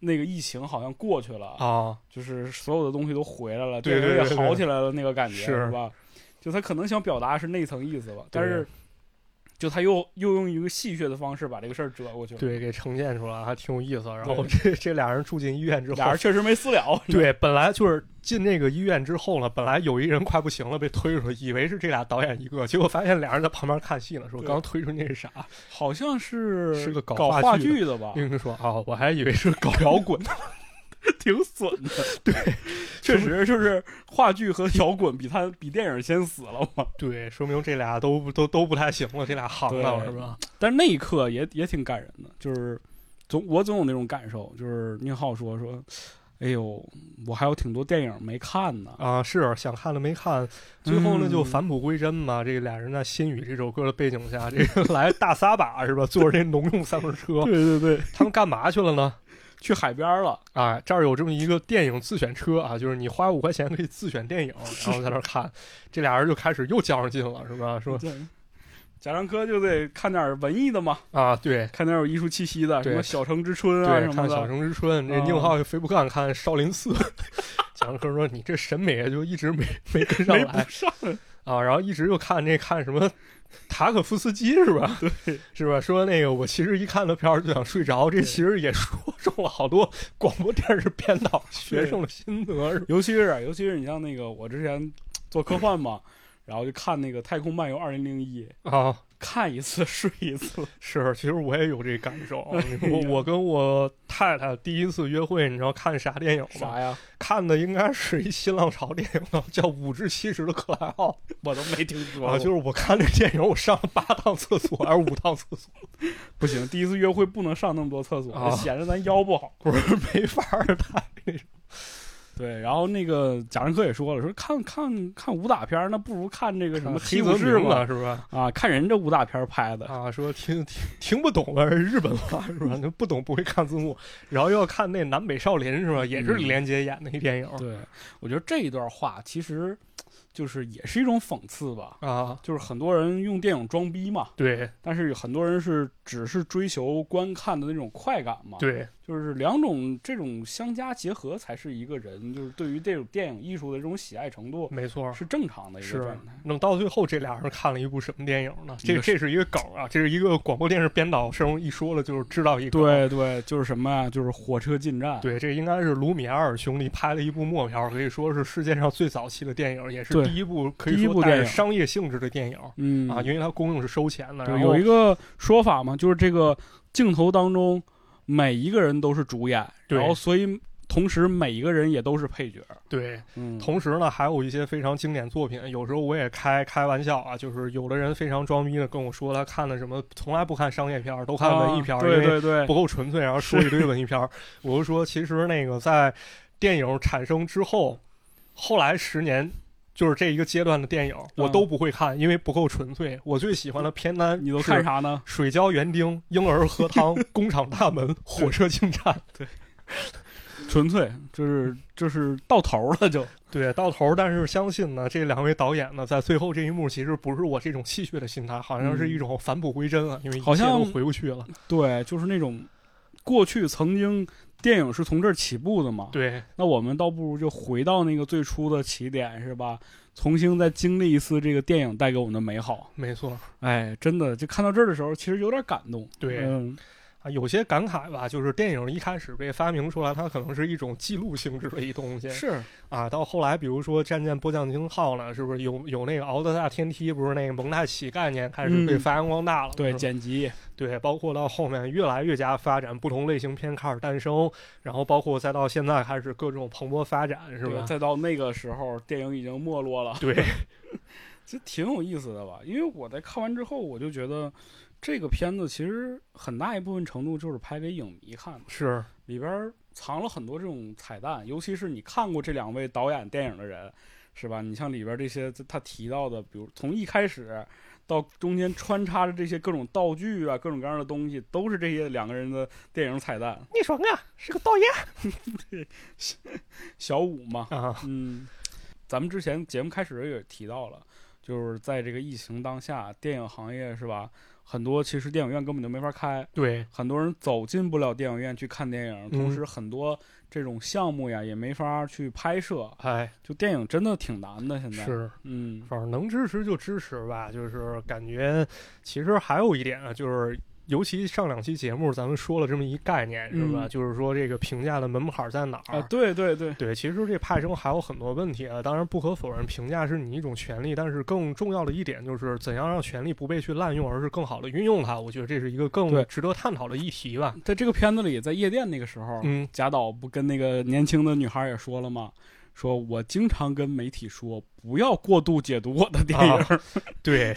S3: 那个疫情好像过去了，
S4: 啊，就是
S3: 就是所有的东西都回来了，电
S4: 对
S3: 影
S4: 对
S3: 也
S4: 对对
S3: 好起来了那个感觉，
S4: 是
S3: 吧？就他可能想表达是那层意思吧，但是就他又又用一个戏谑的方式把这个事儿遮过去了。
S4: 对，给呈现出来还挺有意思。然后这这俩人住进医院之后
S3: 俩，人确实没私 <laughs> 了，
S4: 对，本来就是进那个医院之后呢，本来有一人快不行了，被推出去，以为是这俩导演一个，结果发现俩人在旁边看戏呢，说
S3: 对
S4: 刚推出那是啥？
S3: 好像是
S4: 是个搞
S3: 搞
S4: 话
S3: 话
S4: 剧的
S3: 剧的嗯吧， <laughs>
S4: 另一个说啊，我还以为是搞摇滚 <laughs> 的，
S3: 挺损的。对，确实就是话剧和摇滚比他比电影先死了嘛。
S4: 对，说明这俩都不都都不太行了，这俩行当
S3: 对
S4: 是吧？
S3: <laughs> 但是那一刻也也挺感人的，就是总我总有那种感受，就是宁浩说说，哎呦，我还有挺多电影没看呢。
S4: 啊，是想看的没看，最后呢就
S3: 嗯
S4: 返璞归真嘛。这俩人在《心雨》这首歌的背景下，这个 <laughs> 来大撒把是吧？坐着这农用三轮车，
S3: 对对对，
S4: 他们干嘛去了呢？
S3: 去海边了，
S4: 啊，这儿有这么一个电影自选车啊，就是你花五块钱可以自选电影，然后在那儿看。这俩人就开始又较上劲了，是吧？说
S3: 对贾樟柯就得看点文艺的嘛，
S4: 啊，对
S3: 看点有艺术气息的，什
S4: 对
S3: 么《小城之春》啊
S4: 对，
S3: 什
S4: 看
S3: 么
S4: 《小
S3: 的。
S4: 城之春》，这
S3: 嗯
S4: 宁浩就非不干看《少林寺》。 <laughs> 贾樟柯说：“你这审美就一直没没跟上
S3: 没不
S4: 来
S3: 上，
S4: 啊，然后一直就看这看什么塔可夫斯基是吧？对，是吧？说那个我其实一看那片儿就想睡着，这其实也说中了好多广播电视编导学生的心得是吧？
S3: 尤其是尤其是你像那个我之前做科幻嘛，然后就看那个《太空漫游二零零一》，
S4: 啊，
S3: 看一次 <laughs> 睡一次。
S4: 是，其实我也有这感受 <laughs> 啊。
S3: 哎
S4: 我
S3: 呀
S4: 我跟我太太第一次约会，你知道看啥电影吗？
S3: 啥呀？
S4: 看的应该是一新浪潮电影，叫《五至七十的克莱奥
S3: 我都没听》说
S4: <laughs> 啊。
S3: 过
S4: 就是我看这电影，我上了八趟厕所还是五趟厕所，
S3: 不行，第一次约会不能上那么多厕所，
S4: 啊
S3: 显着咱腰不好。
S4: 不是没法儿 <laughs> 太那什么。
S3: 对，然后那个贾樟柯也说了，说看看看武打片儿，那不如看这个什么
S4: 黑
S3: 七
S4: 泽
S3: 武士
S4: 明
S3: 嘛
S4: 嘛，是吧？ <laughs>
S3: 啊，看人这武打片儿拍的，
S4: 啊，说听听听不懂了，日本话是吧？那不懂不会看字幕，然后又要看那南北少林是吧？也是李连杰演的一电影、
S3: 对，我觉得这一段话其实就是也是一种讽刺吧，
S4: 啊，
S3: 就是很多人用电影装逼嘛，
S4: 对
S3: 但是有很多人是只是追求观看的那种快感嘛，，
S4: 对
S3: 就是两种这种相加结合，才是一个人就是对于这种电影艺术的这种喜爱程度
S4: 没错，
S3: 是正常的一个
S4: 是
S3: 状态。
S4: 等到最后，这俩人看了一部什么电影呢？
S3: 一
S4: 这
S3: 个
S4: 这是一个梗啊，这是一个广播电视编导生一说了，就是知道一个。
S3: 对对，就是什么呀？就是火车进站。
S4: 对，这应该是卢米埃尔兄弟拍的一部默片，可以说是世界上最早期的电影，也是
S3: 对
S4: 第一部可
S3: 第
S4: 以
S3: 一部
S4: 说
S3: 电
S4: 带着
S3: 影
S4: 商业性质的电影
S3: 嗯
S4: 啊，因为它公映是收钱的，
S3: 对，
S4: 然
S3: 有
S4: 后
S3: 一个说法嘛，就是这个镜头当中每一个人都是主演，
S4: 对
S3: 然后所以同时每一个人也都是配角。
S4: 对，
S3: 嗯，
S4: 同时呢，还有一些非常经典作品。有时候我也开开玩笑啊，就是有的人非常装逼的跟我说，他看的什么从来不看商业片儿，都看文艺片儿，
S3: 啊
S4: 因为
S3: 对对对，
S4: <laughs> 不够纯粹，然后说
S3: 是
S4: 一堆文艺
S3: <laughs>
S4: 片儿。我就说，其实那个在电影产生之后，后来十年。就是这一个阶段的电影，我都不会看，因为不够纯粹。我最喜欢的片单，
S3: 嗯你都看？啥呢？
S4: 水浇园丁、婴儿荷塘、工厂大门、火车进
S3: <laughs>
S4: 站。
S3: <laughs> 纯粹就是就是到头了就。
S4: 对，到头儿。但是相信呢，这两位导演呢，在最后这一幕，其实不是我这种戏谑的心态，好像是一种返璞归真了，因为一
S3: 好
S4: 切
S3: 像
S4: 都回不去了。
S3: <laughs> 对，就是那种过去曾经电影是从这儿起步的嘛。
S4: 对，
S3: 那我们倒不如就回到那个最初的起点，是吧？重新再经历一次这个电影带给我们的美好。
S4: 没错。
S3: 哎，真的，就看到这儿的时候，其实有点感动。
S4: 对
S3: 嗯，
S4: 啊，有些感慨吧，就是电影一开始被发明出来，它可能是一种记录性质的一东西
S3: 是，
S4: 啊。到后来，比如说《战舰波将鲸号》呢，是不是有有那个敖德萨天梯，不是那个蒙太奇概念开始被
S3: 嗯
S4: 发扬光大了？
S3: 对
S4: 是吧
S3: 剪辑，
S4: 对，包括到后面越来越加发展，不同类型片开始诞生，然后包括再到现在开始各种蓬勃发展，是
S3: 对
S4: 吧？
S3: 再到那个时候，电影已经没落了， <laughs>
S4: 对，
S3: 这挺有意思的吧？因为我在看完之后，我就觉得这个片子其实很大一部分程度就是拍给影迷看的，
S4: 是
S3: 里边儿藏了很多这种彩蛋，尤其是你看过这两位导演电影的人，是吧？你像里边这些他提到的，比如从一开始到中间穿插着这些各种道具啊、各种各样的东西，都是这些两个人的电影彩蛋。
S4: 聂爽啊，是个导演
S3: 小五嘛， <laughs>
S4: 啊，
S3: 嗯，咱们之前节目开始也提到了，就是在这个疫情当下，电影行业是吧？很多其实电影院根本就没法开，
S4: 对
S3: 很多人走进不了电影院去看电影，同
S4: 嗯
S3: 时很多这种项目呀也没法去拍摄，
S4: 哎，
S3: 就电影真的挺难的。现在，
S4: 是。
S3: 嗯，
S4: 反正能支持就支持吧，就是感觉其实还有一点啊，就是尤其上两期节目咱们说了这么一概念是吧？
S3: 嗯
S4: 就是说这个评价的门槛在哪儿？
S3: 啊，对对对，
S4: 对，其实这派生还有很多问题啊。当然，不可否认，评价是你一种权利，但是更重要的一点就是怎样让权利不被去滥用，而是更好的运用它。我觉得这是一个更
S3: 对
S4: 值得探讨的议题吧。
S3: 在这个片子里，在夜店那个时候，
S4: 嗯，
S3: 贾导不跟那个年轻的女孩也说了吗？说我经常跟媒体说，不要过度解读我的电影。 <laughs>
S4: 啊对，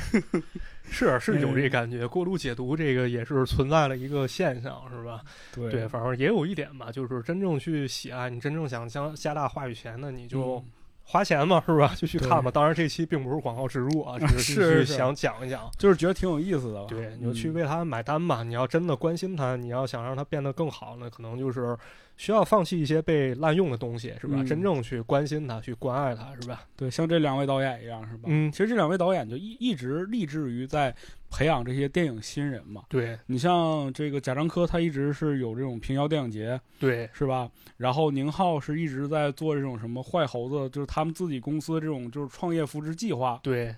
S4: 是是有这
S3: 嗯
S4: 感觉，过度解读这个也是存在了一个现象，是吧？
S3: 对
S4: 对，反正也有一点吧，就是真正去喜爱，你真正想加加大话语权的，你就
S3: 嗯
S4: 花钱嘛，是吧？就 <laughs> 去看吧。
S3: 对
S4: 当然，这期并不是广告植入啊，只
S3: 是
S4: 去
S3: 是
S4: 想讲一讲。
S3: 就是觉得挺有意思的吧？
S4: 对，你就去
S3: 嗯
S4: 为他买单吧。你要真的关心他，你要想让他变得更好呢，可能就是需要放弃一些被滥用的东西，是吧？
S3: 嗯
S4: 真正去关心他，去关爱他，是吧？
S3: 对，像这两位导演一样是吧？
S4: 嗯
S3: 其实这两位导演就一一直立志于在培养这些电影新人嘛。
S4: 对
S3: 你像这个贾樟柯，他一直是有这种平遥电影节，
S4: 对
S3: 是吧？然后宁浩是一直在做这种什么坏猴子，就是他们自己公司这种就是创业扶持计划。
S4: 对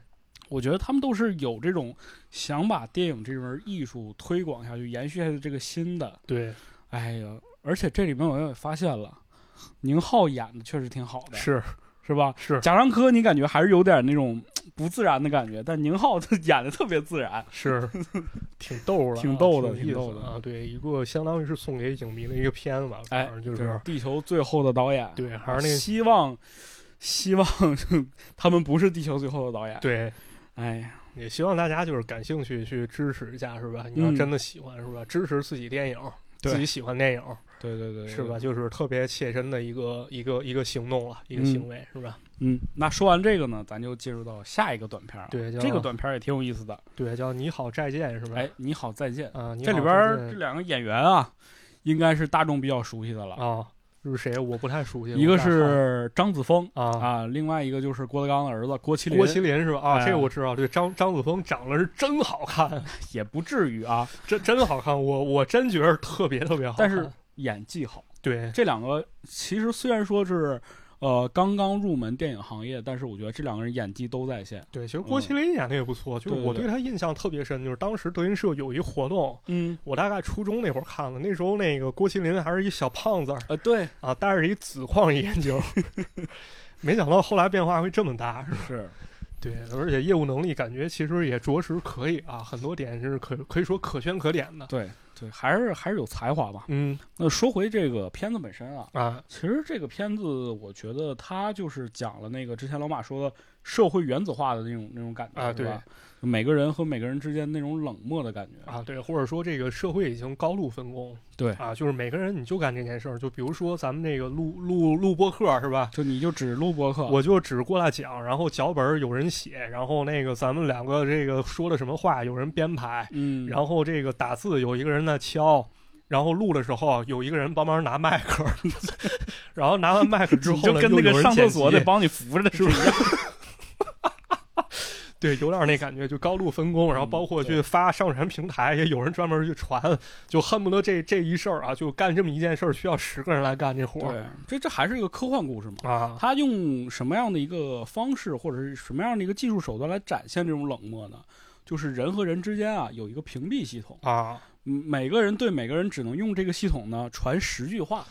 S3: 我觉得他们都是有这种想把电影这门艺术推广下去、延续下去这个心的。
S4: 对，
S3: 哎呀，而且这里面我也发现了，宁浩演的确实挺好的，
S4: 是
S3: 是吧？
S4: 是
S3: 贾樟柯，你感觉还是有点那种不自然的感觉，但宁浩他 <laughs> 演的特别自然。
S4: 是， <laughs> 挺逗的啊，
S3: 挺逗的
S4: 挺
S3: 挺
S4: 有意
S3: 逗
S4: 思
S3: 的
S4: 啊。对，一个相当于是送给影迷的一个片子吧，
S3: 哎
S4: 反正就
S3: 就是是地球最后的导演，
S4: 对还是那
S3: 希望，希望 <laughs> 他们不是地球最后的导演。，
S4: 对，
S3: 哎呀，
S4: 也希望大家就是感兴趣去支持一下，是吧？你要
S3: 嗯
S4: 真的喜欢，是吧？支持自己电影，
S3: 对
S4: 自己喜欢电影，
S3: 对对对，对
S4: 是吧？？就是特别切身的一个一个一个行动了，一个
S3: 嗯
S4: 行为，是吧？
S3: 嗯，那说完这个呢，咱就进入到下一个短片儿。
S4: 对叫
S3: 啊这个短片儿也挺有意思的。
S4: 对，叫你好再见，是吧？
S3: 哎，你好，再见。
S4: 啊，你
S3: 这
S4: 好
S3: 里边儿
S4: 再
S3: 这
S4: 见
S3: 两个演员啊，应该是大众比较熟悉的了。
S4: 啊是谁？我不太熟悉，
S3: 一个
S4: 我不太
S3: 是张子枫
S4: 好啊。
S3: 啊，另外一个就是郭德纲的儿子郭麒麟。
S4: 郭麒麟是吧？啊，
S3: 哎
S4: 这个我知道。对，张张子枫长得是真好看，
S3: 也不至于啊，
S4: 真真好看，我我真觉得特别特别好
S3: 但
S4: 看。
S3: 是演技好。
S4: 对，
S3: 这两个其实虽然说是呃刚刚入门电影行业，但是我觉得这两个人演技都在线。
S4: 对，其实郭麒麟演的也不错，就是
S3: 对对
S4: 我
S3: 嗯对
S4: 对他印象特别深，就是当时德云社有一活动，
S3: 嗯，
S4: 我大概初中那会儿看的，那时候那个郭麒麟还是一小胖子
S3: 呃，对，
S4: 啊，戴着一紫框眼镜， <laughs> 没想到后来变化会这么大，是吧
S3: 是
S4: 对，而且业务能力感觉其实也着实可以啊，很多点是可可以说可圈可点的。
S3: 对对，还是还是有才华吧。
S4: 嗯
S3: 那说回这个片子本身啊，
S4: 啊，
S3: 其实这个片子我觉得它就是讲了那个之前老马说的社会原子化的那种那种感觉
S4: 啊
S3: 是吧？就每个人和每个人之间那种冷漠的感觉
S4: 啊，对，或者说这个社会已经高度分工，
S3: 对
S4: 啊，就是每个人你就干这件事儿，就比如说咱们这个录录录播客是吧？
S3: 就你就只录播客，
S4: 我就只过来讲，然后脚本儿有人写，然后那个咱们两个这个说了什么话有人编排，
S3: 嗯，
S4: 然后这个打字有一个人在敲，然后录的时候有一个人帮忙拿麦克， <laughs> 然后拿完麦克之后
S3: 你就
S4: 呢
S3: 跟那
S4: 又有
S3: 个
S4: 人
S3: 上
S4: 剪
S3: 厕所
S4: 辑
S3: 得帮你扶着是不是？
S4: 对，有点那感觉，就高度分工，然后包
S3: 嗯
S4: 括去发上传平台，也有人专门去传，就恨不得这这一事儿啊，就干这么一件事儿需要十个人来干这活儿
S3: 对，这这还是一个科幻故事嘛。
S4: 啊。
S3: 他用什么样的一个方式，或者是什么样的一个技术手段来展现这种冷漠呢？就是人和人之间啊有一个屏蔽系统，
S4: 啊，
S3: 嗯每个人对每个人只能用这个系统呢传十句话。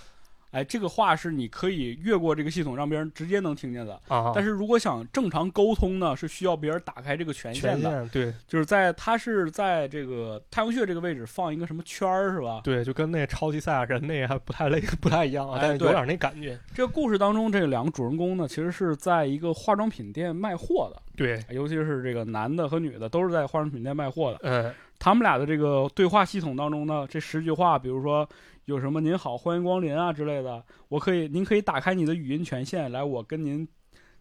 S3: 哎，这个话是你可以越过这个系统，让别人直接能听见的。
S4: 啊！
S3: 但是如果想正常沟通呢，是需要别人打开这个权限
S4: 权
S3: 的。
S4: 限对
S3: 就是在它是在这个太阳穴这个位置放一个什么圈儿是吧？
S4: 对，就跟那超级赛亚人那还不太类不太一样啊，
S3: 哎
S4: 但是有
S3: 对
S4: 点那感觉。
S3: 这个故事当中，这两个主人公呢，其实是在一个化妆品店卖货的。
S4: 对，
S3: 尤其是这个男的和女的都是在化妆品店卖货的。
S4: 嗯
S3: 他们俩的这个对话系统当中呢，这十句话，比如说有什么“您好，欢迎光临”啊之类的，我可以，您可以打开你的语音权限来，我跟您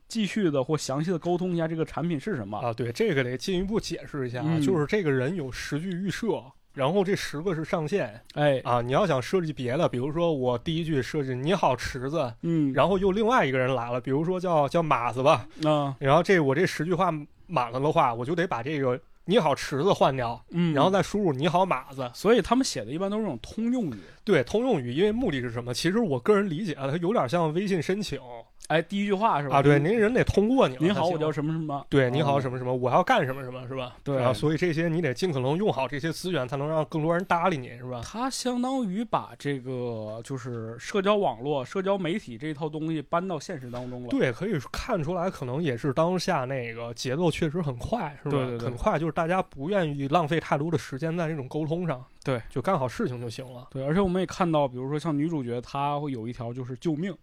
S3: 继续的或详细的沟通一下这个产品是什么。
S4: 啊，对，这个得进一步解释一下啊，
S3: 嗯
S4: 就是这个人有十句预设，然后这十个是上限
S3: 哎，
S4: 啊。你要想设计别的，比如说我第一句设计“你好，池子”，
S3: 嗯，
S4: 然后又另外一个人来了，比如说叫叫马子吧，
S3: 那、
S4: 然后这我这十句话满了的话，我就得把这个“你好池子”换掉，
S3: 嗯，
S4: 然后再输入“你好马子
S3: 所以他们写的一般都是这种通用语，”。
S4: 对，通用语，因为目的是什么？其实我个人理解啊，它有点像微信申请
S3: 哎，第一句话是吧？
S4: 啊，对，您人得通过你了。
S3: 您好，
S4: 才行
S3: 我叫什么什么，
S4: 对，你好
S3: 哦
S4: 什么什么，我要干什么什么，是吧？
S3: 对
S4: 啊，所以这些你得尽可能用好这些资源，才能让更多人搭理你，是吧？
S3: 它相当于把这个就是社交网络、社交媒体这一套东西搬到现实当中了。
S4: 对，可以看出来，可能也是当下那个节奏确实很快，是吧？
S3: 对对对
S4: 很快，就是大家不愿意浪费太多的时间在这种沟通上，
S3: 对，
S4: 就干好事情就行了。
S3: 对，而且我们也看到，比如说像女主角，她会有一条就是救命，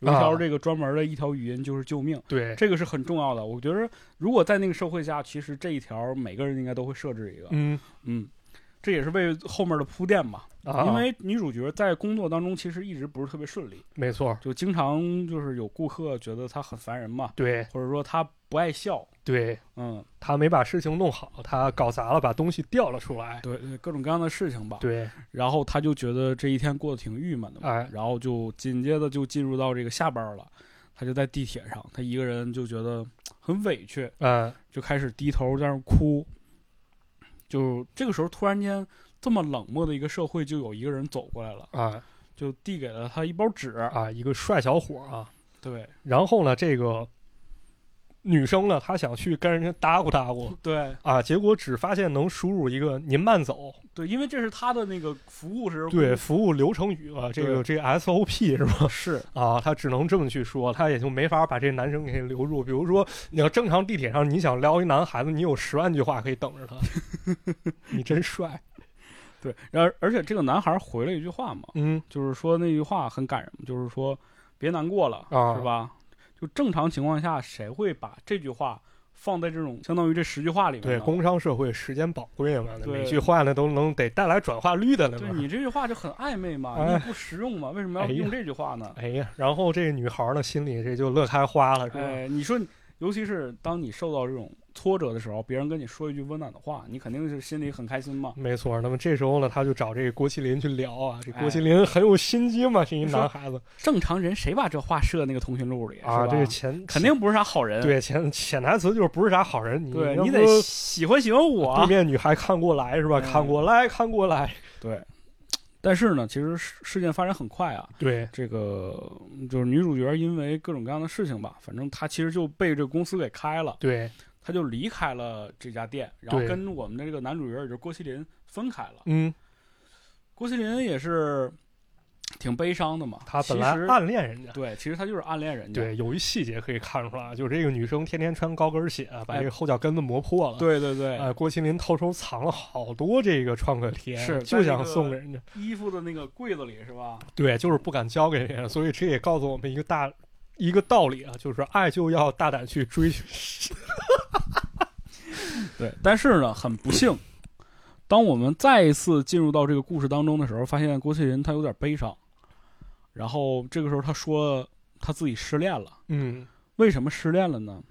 S3: 有一
S4: 啊
S3: 条这个专门的一条语音就是救命，
S4: 对，
S3: 这个是很重要的。我觉得如果在那个社会下，其实这一条每个人应该都会设置一个，嗯
S4: 嗯，
S3: 这也是为后面的铺垫嘛。
S4: 啊，
S3: 因为女主角在工作当中其实一直不是特别顺利，
S4: 没错，
S3: 就经常就是有顾客觉得她很烦人嘛，
S4: 对
S3: 或者说她不爱笑，
S4: 对，
S3: 嗯，
S4: 他没把事情弄好，他搞砸了，把东西掉了出来。
S3: 对，对各种各样的事情吧。
S4: 对，
S3: 然后她就觉得这一天过得挺郁闷的嘛。
S4: 哎，
S3: 然后就紧接着就进入到这个下班了，他就在地铁上，他一个人就觉得很委屈，
S4: 嗯，
S3: 就开始低头在那儿哭。就这个时候，突然间这么冷漠的一个社会，就有一个人走过来了，
S4: 啊
S3: 就递给了他一包纸。
S4: 啊，一个帅小伙儿啊。
S3: 对
S4: 然后呢，这个女生呢，她想去跟人家搭咕搭咕
S3: 对
S4: 啊，结果只发现能输入一个“您慢走
S3: 对，因为这是他的那个服务时”，
S4: 对，服务流程语啊，这个这个 SOP 是吧？
S3: 是
S4: 啊，她只能这么去说，她也就没法把这男生给留住。比如说，你要正常地铁上，你想撩一男孩子，你有十万句话可以等
S3: <laughs>
S4: 着他，你真帅，
S3: 对。然而而且这个男孩回了一句话嘛，
S4: 嗯。
S3: 就是说那句话很感人，就是说别难过了，
S4: 啊
S3: 是吧？就正常情况下，谁会把这句话放在这种相当于这十句话里面
S4: 对，
S3: 呢？
S4: 工商社会时间宝贵嘛，那
S3: 嗯对
S4: 每句话呢都能得带来转化率的呢
S3: 对
S4: 嘛。
S3: 你这句话就很暧昧嘛，
S4: 哎
S3: 你也不实用嘛，为什么要
S4: 哎呀
S3: 用这句话呢？
S4: 哎呀，然后这女孩呢心里这就乐开花了，是吧？
S3: 哎，你说你，尤其是当你受到这种挫折的时候，别人跟你说一句温暖的话，你肯定是心里很开心嘛。
S4: 没错，那么这时候呢，他就找这个郭麒麟去聊啊。这
S3: 哎
S4: 郭麒麟很有心机嘛，是一
S3: 你说
S4: 男孩子
S3: 正常人谁把这话设那个通讯录里
S4: 啊，
S3: 是吧
S4: 这前
S3: 肯定不是啥好人。
S4: 潜对潜潜台词就是不是啥好人，你
S3: 对，
S4: 要
S3: 你
S4: 不
S3: 得喜欢喜欢我啊
S4: 对。面女孩看过来是吧？
S3: 哎
S4: 看过来，看过来
S3: 对，但是呢，其实事事件发展很快啊，
S4: 对，
S3: 这个就是女主角因为各种各样的事情吧，反正她其实就被这个公司给开了，
S4: 对，
S3: 她就离开了这家店，然后
S4: 对
S3: 跟我们的这个男主角，也就是郭麒麟分开了。
S4: 嗯，
S3: 郭麒麟也是挺悲伤的嘛，
S4: 他本
S3: 其
S4: 来
S3: 实嗯
S4: 暗恋人家。
S3: 对，其实他就是暗恋人家，
S4: 对，有一细节可以看出来，啊就是这个女生天天穿高跟鞋，把
S3: 哎
S4: 这个后脚跟子磨破了。，
S3: 对对对，
S4: 呃，郭麒麟偷偷藏了好多这个创可贴，
S3: 是
S4: 就
S3: 在
S4: 想
S3: 这个
S4: 送给人家。
S3: 衣服的那个柜子里是吧？
S4: 对，就是不敢交给别人，所以这也告诉我们一个大一个道理啊，就是爱就要大胆去追寻。
S3: 对，但是呢，很不幸，当我们再一次进入到这个故事当中的时候，发现郭麒麟他有点悲伤，然后这个时候他说他自己失恋了，
S4: <laughs> 嗯，
S3: 为什么失恋了呢？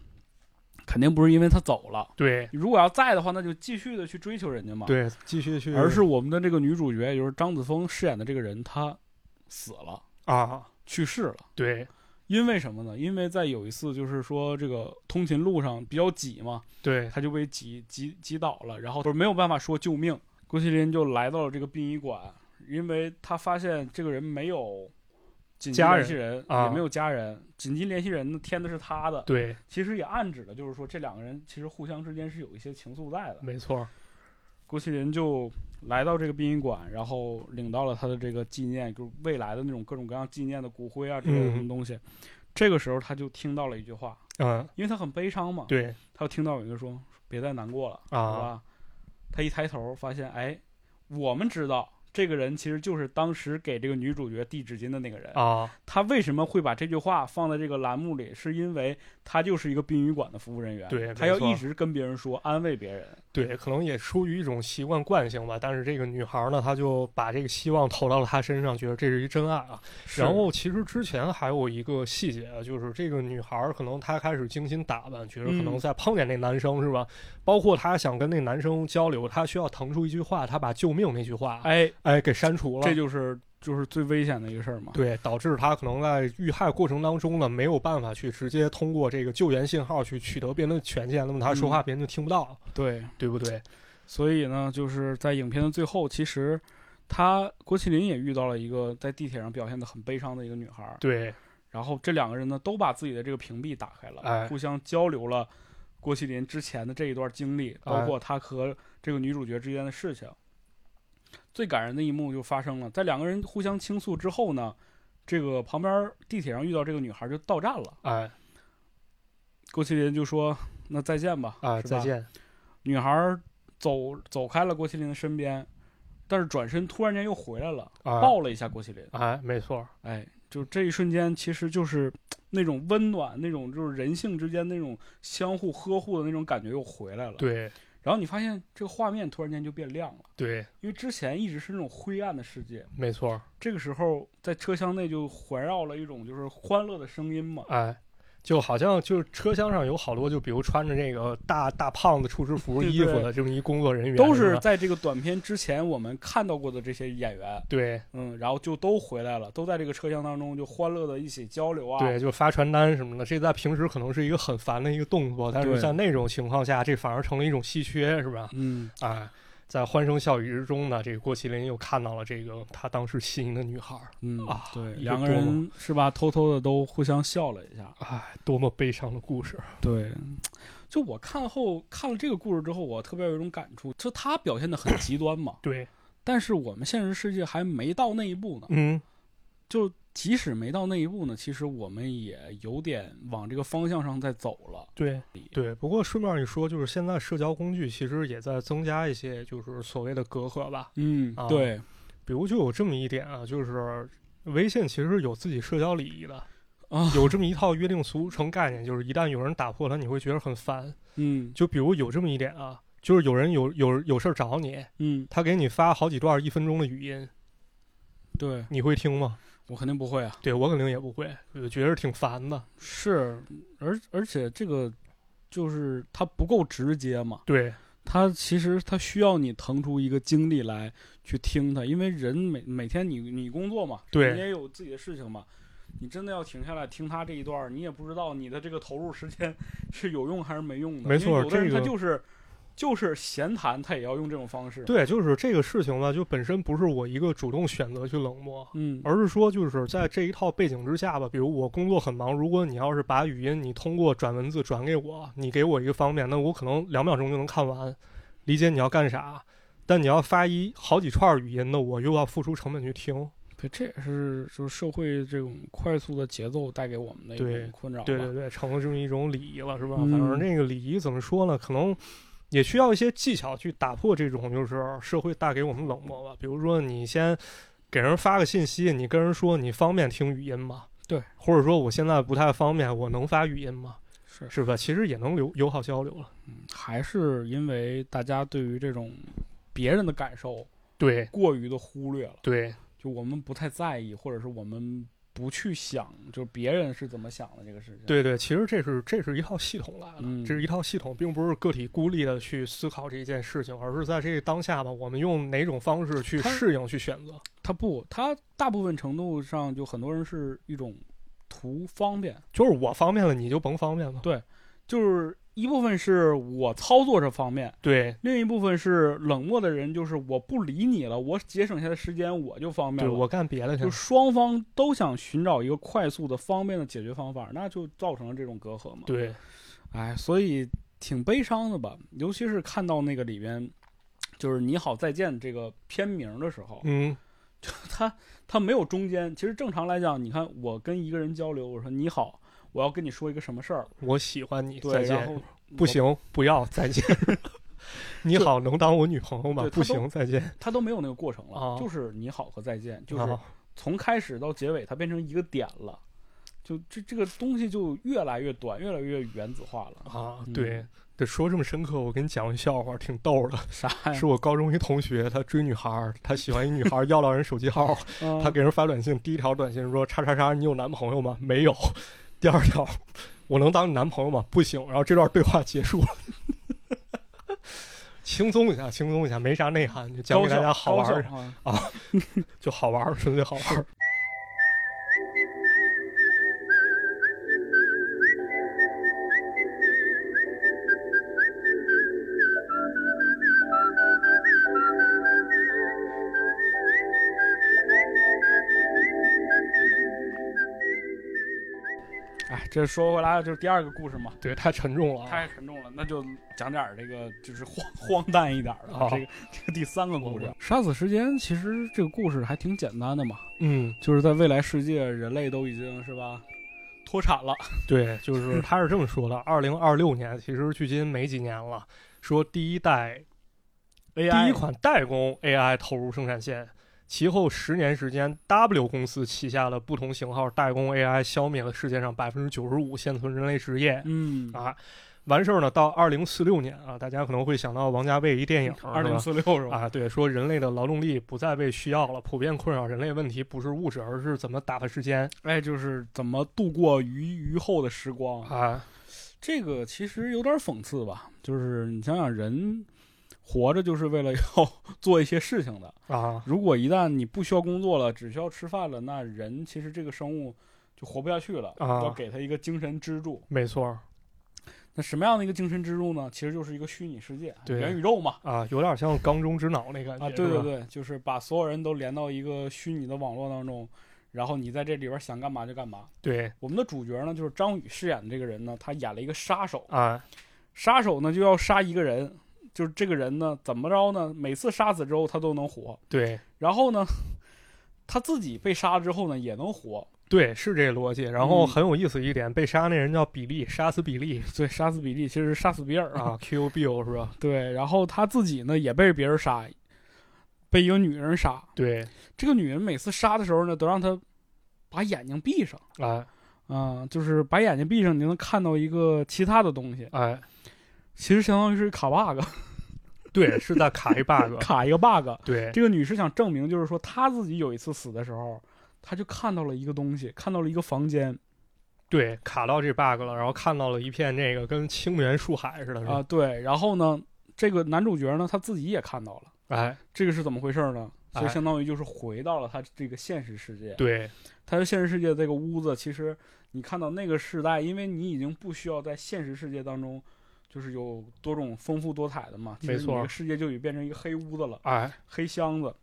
S3: 肯定不是因为他走了，
S4: 对
S3: 如果要在的话，那就继续的去追求人家嘛。，
S4: 对，继续去，
S3: 啊而是我们的这个女主角，也就是张子枫饰演的这个人，她死了，
S4: 啊，
S3: 去世了。
S4: 对
S3: 因为什么呢？因为在有一次，就是说这个通勤路上比较挤嘛，
S4: 对
S3: 他就被挤挤挤倒了，然后不是没有办法说救命，郭麒麟就来到了这个殡仪馆，因为他发现这个人没有紧急
S4: 家
S3: 联系人，
S4: 啊
S3: 也没有家人，紧急联系人呢添的是他的，
S4: 对，
S3: 其实也暗指了，就是说这两个人其实互相之间是有一些情愫在的。
S4: 没错，
S3: 郭麒麟就来到这个殡仪馆，然后领到了他的这个纪念，就是未来的那种各种各样纪念的骨灰啊之类的
S4: 嗯
S3: 什么东西。这个时候他就听到了一句话，
S4: 嗯，
S3: 因为他很悲伤嘛，
S4: 对
S3: 他就听到有人说：“别再难过了，是
S4: 啊，
S3: 吧？”他一抬头发现，哎，我们知道这个人其实就是当时给这个女主角递纸巾的那个人。
S4: 啊，
S3: 他为什么会把这句话放在这个栏目里？是因为他就是一个殡仪馆的服务人员，
S4: 对
S3: 他
S4: 没
S3: 要
S4: 错
S3: 一直跟别人说，安慰别人。
S4: 对，可能也出于一种习惯惯性吧，但是这个女孩呢，她就把这个希望投到了他身上，觉得这是一真爱啊。然后其实之前还有一个细节啊，就是这个女孩儿可能她开始精心打扮，觉得可能
S3: 嗯
S4: 在碰见那男生、是吧？包括她想跟那男生交流，她需要腾出一句话，她把“救命”那句话哎
S3: 哎，
S4: 给删除了。
S3: 这就是就是最危险的一个事儿嘛。
S4: 对，导致她可能在遇害过程当中呢，没有办法去直接通过这个救援信号去取得别人的权限，那么她
S3: 嗯
S4: 说话别人就听不到，了，
S3: 对，
S4: 对不对？
S3: 所以呢，就是在影片的最后，其实他郭麒麟也遇到了一个在地铁上表现的很悲伤的一个女孩儿，
S4: 对，
S3: 然后这两个人呢都把自己的这个屏蔽打开了，
S4: 哎
S3: 互相交流了郭麒麟之前的这一段经历，
S4: 哎
S3: 包括他和这个女主角之间的事情。最感人的一幕就发生了，在两个人互相倾诉之后呢，这个旁边地铁上遇到这个女孩儿就到站了，
S4: 哎
S3: 郭麒麟就说：“那再见吧，
S4: 哎，
S3: 是
S4: 再
S3: 吧
S4: 见。
S3: 女孩儿走走开了郭麒麟的身边，但是转身突然间又回来了，
S4: 啊
S3: 抱了一下郭麒麟。
S4: 哎，没错儿，
S3: 哎，就这一瞬间，其实就是嘖那种温暖，那种就是人性之间那种相互呵护的那种感觉又回来了。，
S4: 对
S3: 然后你发现这个画面突然间就变亮了，
S4: 对，
S3: 因为之前一直是那种灰暗的世界，
S4: 没错儿。
S3: 这个时候在车厢内就环绕了一种就是欢乐的声音嘛。
S4: 哎，就好像就是车厢上有好多，就比如穿着这个大大胖子厨师服
S3: 对
S4: 衣服
S3: 对
S4: 的这么一工作人员，
S3: 都是
S4: 吧
S3: 在这个短片之前我们看到过的这些演员，
S4: 对
S3: 嗯，然后就都回来了，都在这个车厢当中就欢乐的一起交流啊。
S4: 对，就发传单什么的，这在平时可能是一个很烦的一个动作，但
S3: 对
S4: 是在那种情况下，这反而成了一种稀缺，是吧？
S3: 嗯，
S4: 哎。在欢声笑语之中呢，这个郭麒麟又看到了这个他当时吸引的女孩儿，
S3: 嗯
S4: 啊
S3: 对，
S4: 一个
S3: 两个
S4: 多
S3: 人是吧，偷偷的都互相笑了一下。
S4: 哎，多么悲伤的故事！，
S3: 对，就我看后看了这个故事之后，我特别有一种感触，就他表现的很极端嘛
S4: 对，
S3: 但是我们现实世界还没到那一步呢。
S4: 嗯，
S3: 就即使没到那一步呢，其实我们也有点往这个方向上在走了。
S4: 对对，不过顺便一说，就是现在社交工具其实也在增加一些，就是所谓的隔阂吧。
S3: 嗯，
S4: 啊
S3: 对，
S4: 比如就有这么一点啊，就是微信其实是有自己社交礼仪的
S3: 啊
S4: 有这么一套约定俗成概念，就是一旦有人打破它，你会觉得很烦。
S3: 嗯
S4: 就比如有这么一点啊，就是有人有有有事儿找你，
S3: 嗯，
S4: 他给你发好几段一分钟的语音，
S3: 对
S4: 你会听吗？
S3: 我肯定不会啊。
S4: 对我肯定也不会，我觉得挺烦的。
S3: 是，而而且这个就是它不够直接嘛，
S4: 对
S3: 它其实它需要你腾出一个精力来去听它，因为人每每天你你工作嘛，
S4: 对
S3: 你也有自己的事情嘛，你真的要停下来听他这一段儿，你也不知道你的这个投入时间是有用还是没用的，
S4: 没
S3: 因为
S4: 错
S3: 有的人
S4: 这
S3: 他
S4: 个
S3: 就是就是闲谈，他也要用这种方式。，
S4: 对，就是这个事情吧，就本身不是我一个主动选择去冷漠，
S3: 嗯，
S4: 而是说就是在这一套背景之下吧，比如我工作很忙，如果你要是把语音你通过转文字转给我，你给我一个方便，那我可能两秒钟就能看完，理解你要干啥。但你要发一好几串语音，那我又要付出成本去听。
S3: 对，这也是就是社会这种快速的节奏带给我们的一
S4: 对
S3: 种困扰吧。
S4: 对对对，成了这么一种礼仪了，是吧？
S3: 嗯
S4: 反正那个礼仪怎么说呢？可能也需要一些技巧去打破这种就是社会带给我们冷漠吧。比如说，你先给人发个信息，你跟人说你方便听语音吗？
S3: 对，
S4: 或者说我现在不太方便，我能发语音吗？
S3: 是嗯
S4: 是吧？其实也能友友好交流了。
S3: 还是因为大家对于这种别人的感受
S4: 对
S3: 过于的忽略了，
S4: 对
S3: 就我们不太在意，或者是我们不去想，就是别人是怎么想的这个事情。，
S4: 对对，其实这是这是一套系统来的，
S3: 嗯
S4: 这是一套系统，并不是个体孤立的去思考这一件事情，而是在这个当下吧，我们用哪种方式去
S3: 它
S4: 适应、去选择。
S3: 他不，他大部分程度上就很多人是一种图方便，
S4: 就是我方便了，你就甭方便了。
S3: 就是一部分是我操作这方面，
S4: 对，
S3: 另一部分是冷漠的人，就是我不理你了，我节省下的时间我就方便
S4: 对
S3: 了。
S4: 我干别的去
S3: 就
S4: 了。
S3: 双方都想寻找一个快速的、方便的解决方法，那就造成了这种隔阂嘛。，
S4: 对，
S3: 哎，所以挺悲伤的吧？尤其是看到那个里边，就是“你好再见”这个片名的时候，
S4: 嗯，
S3: 就他他没有中间。其实正常来讲，你看我跟一个人交流，我说“你好”，我要跟你说一个什么事儿，
S4: 我喜欢你，再
S3: 对，然后嗯
S4: 见。不
S3: 我，
S4: 行，不要，
S3: <laughs>
S4: 再见。你好，能当我女朋友吗
S3: 对？他
S4: 不
S3: 都
S4: 行，再见。
S3: 他都没有那个过程了，
S4: 哦
S3: 就是“你好”和“再见”，就是
S4: 啊
S3: 从开始到结尾，它变成一个点了。就这这个东西就越来越短，越来越原子化了。
S4: 啊，
S3: 嗯
S4: 对，得说这么深刻，我给你讲个笑话，挺逗的。
S3: 啥呀
S4: 是？我高中一同学，他追女孩儿，他喜欢一女孩儿，要到人手机号，
S3: 嗯
S4: 他给人发短信，第一条短信说：“叉叉叉，你有男朋友吗？” <laughs> 没有。第二条，我能当你男朋友吗？不行。然后这段对话结束了。 <laughs> 轻松一下，轻松一下，没啥内涵，就讲给大家好玩儿，
S3: 啊！
S4: 就好玩儿，纯粹好玩儿。
S3: 哎，这说回来就是第二个故事嘛，
S4: 对，太沉重了啊。
S3: 太沉重了，那就讲点儿这个就是荒 <laughs> 荒诞一点儿的啊
S4: 好
S3: 这个这个第三个故
S4: 我
S3: 事
S4: 我，
S3: 杀死时间其实这个故事还挺简单的嘛，
S4: 嗯，
S3: 就是在未来世界，人类都已经是吧脱产 <laughs> 了，
S4: 对，就是他是这么说的：，二零二六年，其实距今没几年了。说第一代
S3: AI
S4: 第一款代工 AI 投入生产线，其后十年时间，W 公司旗下的不同型号代工 AI 消灭了世界上百分之九十五现存人类职业
S3: 嗯，
S4: 啊。完事儿呢，到二零四六年啊，大家可能会想到王家卫一电影，
S3: 嗯二
S4: 哎是
S3: 零
S4: 吧
S3: 四六是吧？
S4: 啊，对，说人类的劳动力不再被需要了，普遍困扰人类问题不是物质，而是怎么打发时间
S3: 哎，就是怎么度过余余后的时光
S4: 啊。
S3: 这个其实有点讽刺吧，就是你想想人活着就是为了要 <laughs> 做一些事情的。
S4: 啊，
S3: 如果一旦你不需要工作了，只需要吃饭了，那人其实这个生物就活不下去了，
S4: 啊
S3: 要给他一个精神支柱。
S4: 没错儿
S3: 那什么样的一个精神支柱呢？其实就是一个虚拟世界，
S4: 对
S3: 元宇宙嘛。
S4: 啊，有点像缸中之脑那感觉
S3: 啊，对
S4: 是
S3: 对
S4: 吧
S3: 对，就是把所有人都连到一个虚拟的网络当中，然后你在这里边想干嘛就干嘛。
S4: 对
S3: 我们的主角呢，就是张宇饰演的这个人呢，他演了一个杀手，
S4: 啊，
S3: 杀手呢就要杀一个人，就是这个人呢怎么着呢？每次杀死之后他都能活，
S4: 对
S3: 然后呢， <laughs> 他自己被杀之后呢也能活，
S4: 对，是这个逻辑。然后
S3: 嗯
S4: 很有意思一点，被杀那人叫比利，杀死比
S3: <laughs>
S4: 利
S3: 对，杀死比利其实是杀死比尔 <laughs>
S4: 啊，，Q <laughs> Bill 是吧？
S3: 对，然后他自己呢也被别人杀，被一个女人杀。
S4: 对
S3: 这个女人每次杀的时候呢，都让他把眼睛闭上，
S4: 啊，
S3: 啊、就是把眼睛闭上，你就能看到一个其他的东西，
S4: 哎，
S3: 其实相当于是卡 bug，
S4: 对，是在卡
S3: <laughs>
S4: 一 bug。
S3: 卡一个 bug。
S4: 对
S3: 这个女士想证明，就是说她自己有一次死的时候，她就看到了一个东西，看到了一个房间
S4: 对，卡到这 bug 了，然后看到了一片这个跟青原树海似的，是
S3: 啊、
S4: 吧？
S3: 对，然后呢，这个男主角呢，他自己也看到了，
S4: 哎，
S3: 这个是怎么回事呢？
S4: 哎
S3: 所以相当于就是回到了他这个现实世界。
S4: 对
S3: 他的现实世界这个屋子，其实你看到那个时代，因为你已经不需要在现实世界当中就是有多种丰富多彩的嘛。
S4: 没错
S3: 其实你这个世界就已变成一个黑屋子了，
S4: 哎，
S3: 黑箱子。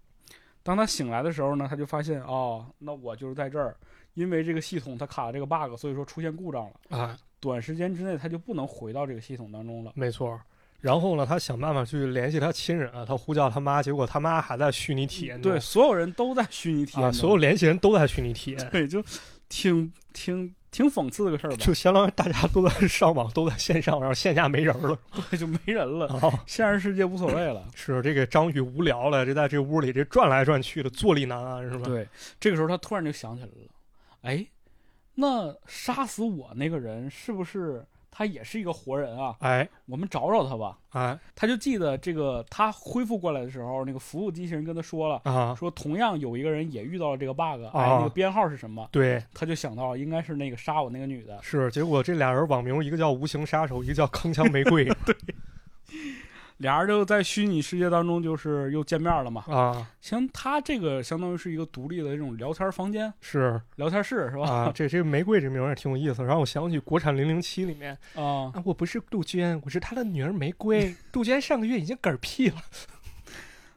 S3: 当他醒来的时候呢，他就发现哦，那我就是在这儿，因为这个系统它卡了这个 bug，所以说出现故障了。
S4: 哎，
S3: 短时间之内他就不能回到这个系统当中了。
S4: 没错。然后呢，他想办法去联系他亲人啊，他呼叫他妈，结果他妈还在虚拟体验中
S3: 对，所有人都在虚拟体验
S4: 啊，
S3: 中，
S4: 所有联系人都在虚拟体
S3: <laughs>
S4: 验，
S3: 对，就挺挺挺讽刺的个事儿吧，
S4: 就相当于大家都在上网，都在线上，然后线下没人了。
S3: 对， <laughs> 就没人了，
S4: 啊
S3: 现实世界无所谓了。
S4: 是这个张宇无聊了，这在这屋里这转来转去的，坐立难安是吧？
S3: 对，这个时候他突然就想起来了，哎，那杀死我那个人是不是他也是一个活人啊？
S4: 哎
S3: 我们找找他吧。
S4: 哎
S3: 他就记得这个，他恢复过来的时候，那个服务机器人跟他说了，
S4: 啊，
S3: 说同样有一个人也遇到了这个 bug，哎，
S4: 啊
S3: 那个编号是什么？
S4: 对，
S3: 他就想到应该是那个杀我那个女的。
S4: 是。结果这俩人网名一个叫无形杀手，一个叫铿锵玫瑰
S3: 俩人就在虚拟世界当中就是又见面了嘛。
S4: 啊，
S3: 行，他这个相当于是一个独立的这种聊天房间、
S4: 是
S3: 聊天室是吧？
S4: 啊，这这玫瑰这名儿也挺有意思，让我想起国产零零七里面
S3: 啊，
S4: 啊，我不是杜鹃，我是她的女儿玫瑰。杜鹃上个月已经嗝屁了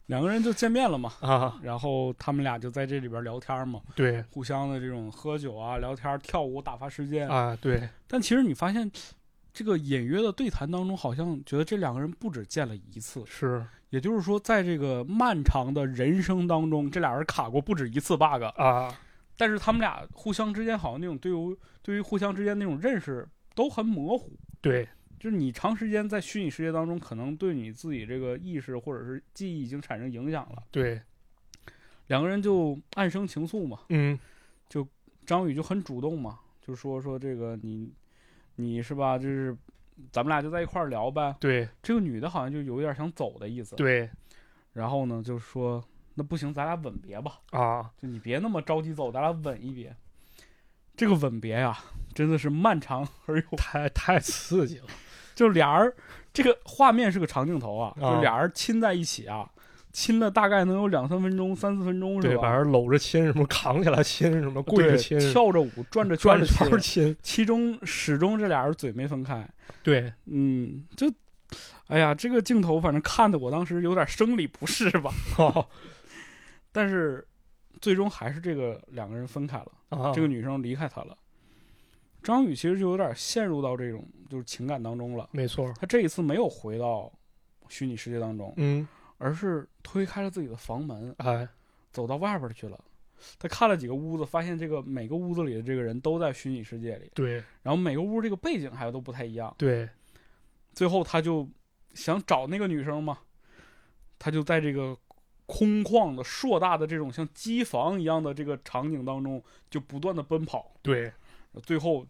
S3: 两个人就见面了嘛。
S4: 啊，
S3: 然后他们俩就在这里边聊天嘛，
S4: 对
S3: 互相的这种喝酒啊、聊天、跳舞、打发时间。
S4: 啊，对
S3: 但其实你发现，这个隐约的对谈当中，好像觉得这两个人不止见了一次。
S4: 是
S3: 也就是说，在这个漫长的人生当中，这俩人卡过不止一次 bug。
S4: 啊，
S3: 但是他们俩互相之间好像那种对于对于互相之间那种认识都很模糊。
S4: 对
S3: 就是你长时间在虚拟世界当中，可能对你自己这个意识或者是记忆已经产生影响了。
S4: 对，
S3: 两个人就暗生情愫嘛，
S4: 嗯
S3: 张宇就很主动嘛，就说说这个你你是吧，就是咱们俩就在一块儿聊呗。
S4: 对
S3: 这个女的好像就有点想走的意思。。
S4: 对
S3: 然后呢，就说那不行，咱俩吻别吧，
S4: 啊，
S3: 就你别那么着急走，咱俩吻一别。这个吻别呀、真的是漫长 <laughs> 而又
S4: 太太刺激了
S3: 就俩人这个画面是个长镜头啊，
S4: 啊
S3: 就俩人亲在一起啊，亲了大概能有两三分钟、三四分钟是
S4: 对，把
S3: 吧？
S4: 人搂着亲，什么扛起来亲，什么
S3: 对
S4: 跪着亲，
S3: 跳着舞、转着
S4: <laughs> 转着
S3: 圈
S4: 圈
S3: 儿
S4: 儿
S3: 亲
S4: 亲，
S3: 其中始终这俩人嘴没分开。
S4: 对
S3: 嗯，就，哎呀，这个镜头反正看的我当时有点生理不适
S4: <laughs>
S3: 吧，但是最终还是这个两个人分开了，
S4: 啊，
S3: 这个女生离开他了。张宇其实就有点陷入到这种就是情感当中了，
S4: 没错，
S3: 他这一次没有回到虚拟世界当中，
S4: 嗯，
S3: 而是推开了自己的房门，
S4: 哎
S3: 走到外边去了。他看了几个屋子，发现这个每个屋子里的这个人都在虚拟世界里，
S4: 对
S3: 然后每个屋这个背景还都不太一样。
S4: 对
S3: 最后他就想找那个女生嘛，他就在这个空旷的、硕大的这种像机房一样的这个场景当中，就不断的奔跑，
S4: 对
S3: 最后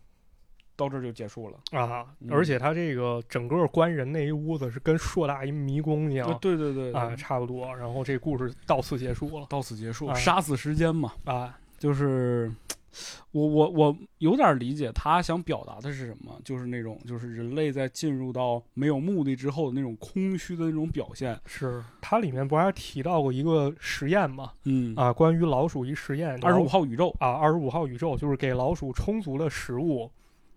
S3: 到这儿就结束了。
S4: 啊
S3: 嗯，
S4: 而且他这个整个关人那一屋子是跟硕大一迷宫一样
S3: 呃对对对对
S4: 啊，差不多。然后这故事到此结束了
S3: 到此结束，
S4: 啊
S3: 杀死时间嘛，
S4: 啊，
S3: 就是我我我有点理解他想表达的是什么，就是那种就是人类在进入到没有目的之后的那种空虚的那种表现。
S4: 是它里面不还提到过一个实验嘛？
S3: 嗯，
S4: 啊，关于老鼠一实验，
S3: 二十五号宇宙，
S4: 啊，二十五号宇宙就是给老鼠充足了食物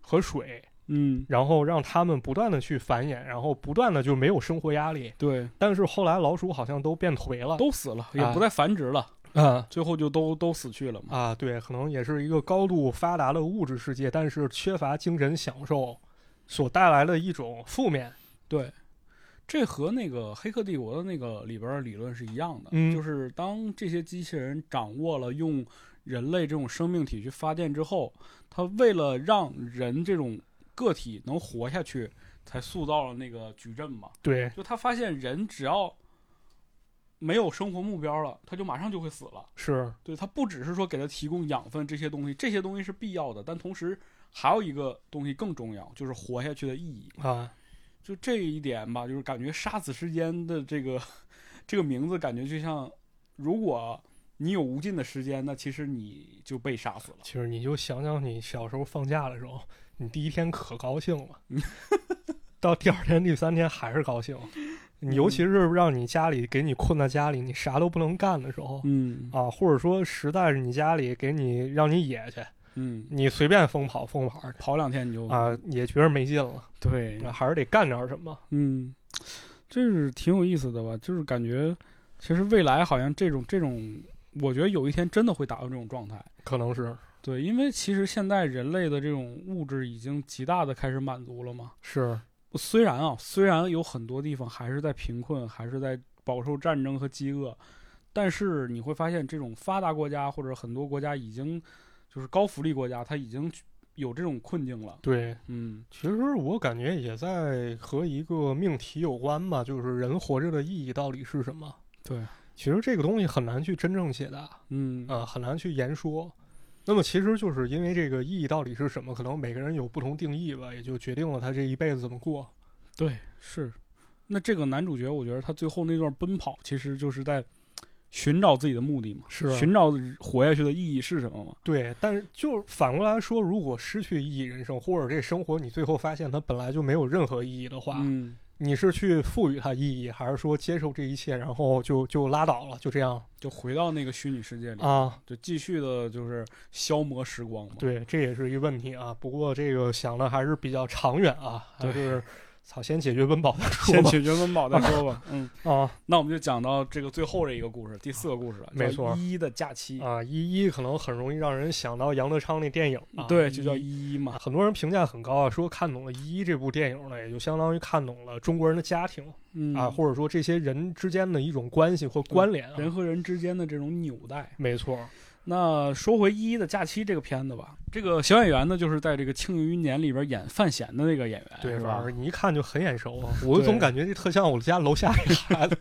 S4: 和水，
S3: 嗯，
S4: 然后让它们不断的去繁衍，然后不断的就没有生活压力。
S3: 对，
S4: 但是后来老鼠好像都变颓了，
S3: 都死了，也
S4: 啊
S3: 不再繁殖了，
S4: 啊
S3: 最后就都都死去了嘛。
S4: 啊，对，可能也是一个高度发达的物质世界，但是缺乏精神享受所带来的一种负面。
S3: 对，这和那个《黑客帝国》的那个里边儿理论是一样的，
S4: 嗯
S3: 就是当这些机器人掌握了用人类这种生命体去发电之后，它为了让人这种个体能活下去，才塑造了那个矩阵嘛。
S4: 对，
S3: 就他发现人只要没有生活目标了，他就马上就会死了。
S4: 是
S3: 对，它不只是说给它提供养分这些东西，这些东西是必要的，但同时还有一个东西更重要，就是活下去的意义。
S4: 啊，
S3: 就这一点吧，就是感觉“杀死时间”的这个这个名字，感觉就像，如果你有无尽的时间，那其实你就被杀死了。
S4: 其实你就想想你小时候放假的时候，你第一天可高兴了，到第二天、第三天还是高兴。你尤其是让你家里给你困在家里，你啥都不能干的时候
S3: 嗯
S4: 啊，或者说实在是你家里给你让你野去，
S3: 嗯，
S4: 你随便疯跑疯玩儿
S3: 跑两天你就
S4: 啊，也觉得没劲了，
S3: 对，
S4: 还是得干点什么。
S3: 嗯，这是挺有意思的吧？就是感觉，其实未来好像这种这种，我觉得有一天真的会达到这种状态。
S4: 可能是
S3: 对，因为其实现在人类的这种物质已经极大的开始满足了嘛。
S4: 是，
S3: 虽然啊，虽然有很多地方还是在贫困，还是在饱受战争和饥饿，但是你会发现，这种发达国家或者很多国家已经就是高福利国家，它已经有这种困境了。
S4: 对，
S3: 嗯
S4: 其实我感觉也在和一个命题有关吧，就是人活着的意义到底是什么？
S3: 对，
S4: 其实这个东西很难去真正解答，
S3: 嗯
S4: 呃，很难去言说。那么其实就是因为这个意义到底是什么，可能每个人有不同定义吧，也就决定了他这一辈子怎么过。
S3: 对，是。那这个男主角，我觉得他最后那段奔跑，其实就是在寻找自己的目的嘛，
S4: 是啊
S3: 寻找活下去的意义是什么嘛？
S4: 对，但是就反过来说，如果失去意义人生，或者这生活你最后发现它本来就没有任何意义的话，
S3: 嗯，
S4: 你是去赋予它意义，还是说接受这一切，然后就就拉倒了，就这样
S3: 就回到那个虚拟世界里，
S4: 啊？
S3: 就继续的就是消磨时光嘛。
S4: 对，这也是一问题啊。不过这个想的还是比较长远啊，还
S3: 对
S4: 是操，先解决温
S3: <laughs>
S4: 饱再说
S3: 先
S4: 吧。
S3: 解决温饱再说
S4: <laughs>
S3: 吧。嗯，
S4: 啊
S3: 那我们就讲到这个最后这一个故事，第四个故事了，
S4: 没
S3: 叫
S4: 错
S3: 依依的假期，
S4: 啊，一一可能很容易让人想到杨德昌那电影、啊，
S3: 嗯对，就叫
S4: 一。
S3: 依依嘛。
S4: 很多人评价很高啊，说看懂了《一一》这部电影呢，也就相当于看懂了中国人的家庭
S3: 嗯
S4: 啊，或者说这些人之间的一种关系或关联啊。
S3: 人和人之间的这种纽带。
S4: 没错，
S3: 那说回《一一的假期》这个片子吧，这个小演员呢，就是在这个《庆余年》里边演范闲的那个演员，
S4: 对
S3: 是
S4: 吧
S3: 吧？？
S4: 你一看就很眼熟啊，我总
S3: 对
S4: 感觉这特像我家楼下这孩子。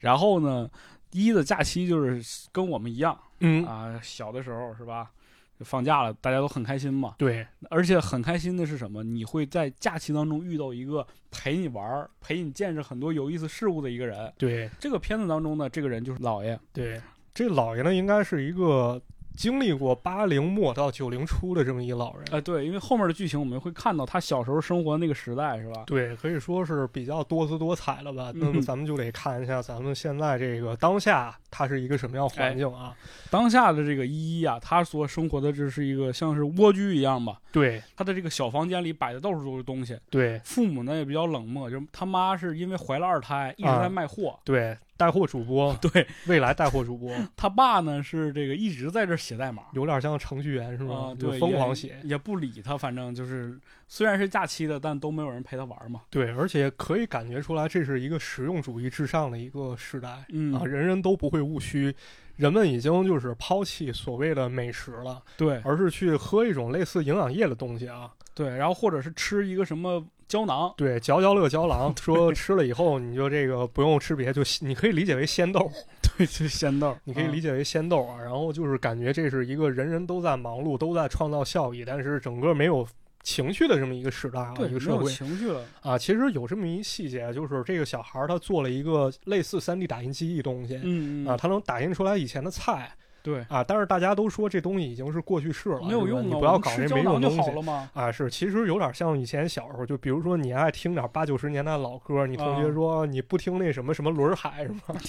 S3: 然后呢，一的假期就是跟我们一样
S4: 嗯，
S3: 啊，小的时候是吧？就放假了，大家都很开心嘛。
S4: 对，
S3: 而且很开心的是什么？你会在假期当中遇到一个陪你玩儿、陪你见识很多有意思事物的一个人。
S4: 对，
S3: 这个片子当中呢，这个人就是老爷，
S4: 对，这老爷呢，应该是一个经历过八零末到九零初的这么一老人。
S3: 呃，对，因为后面的剧情我们会看到他小时候生活那个时代，是吧？
S4: 对，可以说是比较多姿多彩了吧？
S3: 嗯
S4: 那么咱们就得看一下咱们现在这个当下，它是一个什么样环境啊？
S3: 当下的这个依依啊，他所生活的这是一个像是蜗居一样吧，
S4: 对
S3: 他的这个小房间里摆的到处都是东西。
S4: 对
S3: 父母呢也比较冷漠，就是他妈是因为怀了二胎，一直在卖货。
S4: 对，带货主播，
S3: 对
S4: 未来带货主播，
S3: 他爸呢是这个一直在这儿写代码，
S4: <laughs> 有点像程序员是
S3: 啊、
S4: 吗？就
S3: 对，
S4: 疯
S3: 也
S4: 狂写。
S3: 也不理他，反正就是虽然是假期的，但都没有人陪他玩嘛。
S4: 对，而且可以感觉出来，这是一个实用主义至上的一个时代。
S3: 嗯
S4: 啊，人人都不会务虚，人们已经就是抛弃所谓的美食了，
S3: 对
S4: 而是去喝一种类似营养液的东西啊。
S3: 对，然后或者是吃一个什么胶囊，
S4: 对，嚼嚼乐胶囊，说吃了以后你就这个不用吃别的，就你可以理解为鲜豆，
S3: <laughs> 对，就是鲜豆，
S4: 你可以理
S3: 解。
S4: 解为鲜豆啊。然后就是感觉这是一个人人都在忙碌，都在创造效益，但是整个没有情趣的这么一个时代啊，
S3: 对，
S4: 一
S3: 没
S4: 个社
S3: 有
S4: 会
S3: 情绪了。
S4: 啊。其实有这么一细节，就是这个小孩儿他做了一个类似 3D 打印机的东西。
S3: 嗯嗯，
S4: 啊，他能打印出来以前的菜
S3: 对，
S4: 啊，但是大家都说这东西已经是过去式了，
S3: 没有
S4: 是吧
S3: 用
S4: 你
S3: 啊，
S4: 不要
S3: 我们
S4: 搞
S3: 吃
S4: 这
S3: 胶
S4: 没用
S3: 囊就
S4: 的东西
S3: 好了嘛。
S4: 啊，是，其实有点像以前小时候，就比如说你爱听点八九十年代老歌，你同学
S3: 啊
S4: 说你不听那什么什么轮儿海是吧？ <laughs>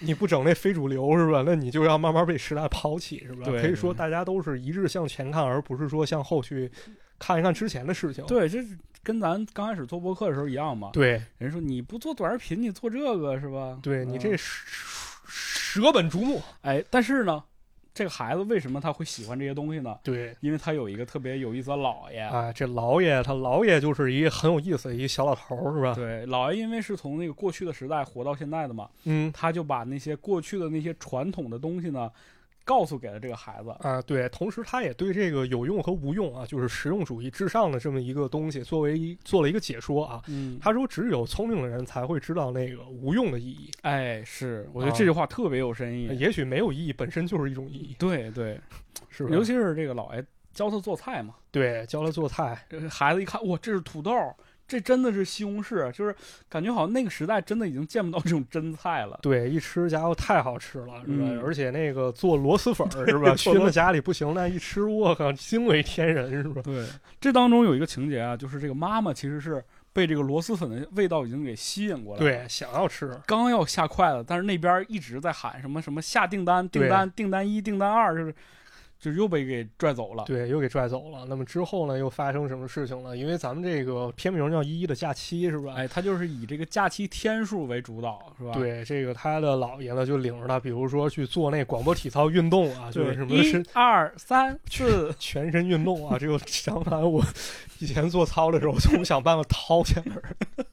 S4: 你不整那非主流是吧？那你就要慢慢被时代抛弃是吧？
S3: 对
S4: 可以
S3: 对
S4: 说大家都是一致向前看，而不是说向后去看一看之前的事情。
S3: 对，这是跟咱刚开始做播客的时候一样嘛。
S4: 哦对
S3: 人说你不做短视频，你做这个是吧？
S4: 对，你这
S3: 嗯
S4: 舍舍本逐末。
S3: 哎，但是呢，这个孩子为什么他会喜欢这些东西呢？
S4: 对
S3: 因为他有一个特别有意思的姥爷。
S4: 啊，这老爷他老爷就是一很有意思的一小老头儿是吧？
S3: 对，姥爷因为是从那个过去的时代活到现在的嘛，
S4: 嗯
S3: 他就把那些过去的那些传统的东西呢，告诉给了这个孩子。
S4: 啊，对，同时他也对这个有用和无用啊，就是实用主义至上的这么一个东西，作为一做了一个解说啊。
S3: 嗯，
S4: 他说，只有聪明的人才会知道那个无用的意义，
S3: 哎，是，我觉得这句话特别有深意。
S4: 啊也许没有意义本身就是一种意义，
S3: 对对，
S4: 是吧？
S3: 尤其是这个姥爷教他做菜嘛，
S4: 对教他做菜，
S3: 这孩子一看，哇，这是土豆，这真的是西红柿，就是感觉好像那个时代真的已经见不到这种真菜了。
S4: 对，一吃家伙太好吃了，是吧？
S3: 嗯
S4: 而且那个做螺蛳粉
S3: <laughs>
S4: 儿是吧？
S3: 做
S4: 熏
S3: 螺
S4: 到家里不行，那一吃，我靠，惊为天人是吧？
S3: 对，这当中有一个情节啊，就是这个妈妈其实是被这个螺蛳粉的味道已经给吸引过来了。啊
S4: 对，想要吃，
S3: 刚要下筷子，但是那边一直在喊什么什么下订单、
S4: 对
S3: 订单、订单一、订单二，就是就是又被给拽走了。
S4: 对，又给拽走了。那么之后呢，又发生什么事情了？因为咱们这个片名叫《一一的假期》，是吧？
S3: 哎，他就是以这个假期天数为主导，是吧？
S4: 对，这个他的姥爷呢，就领着他，比如说去做那广播体操运动啊，就是什么
S3: 一
S4: 是
S3: 二三
S4: <laughs>
S3: 四，
S4: 全身运动啊。这个想法我以前做操的时候，总想办法掏下来，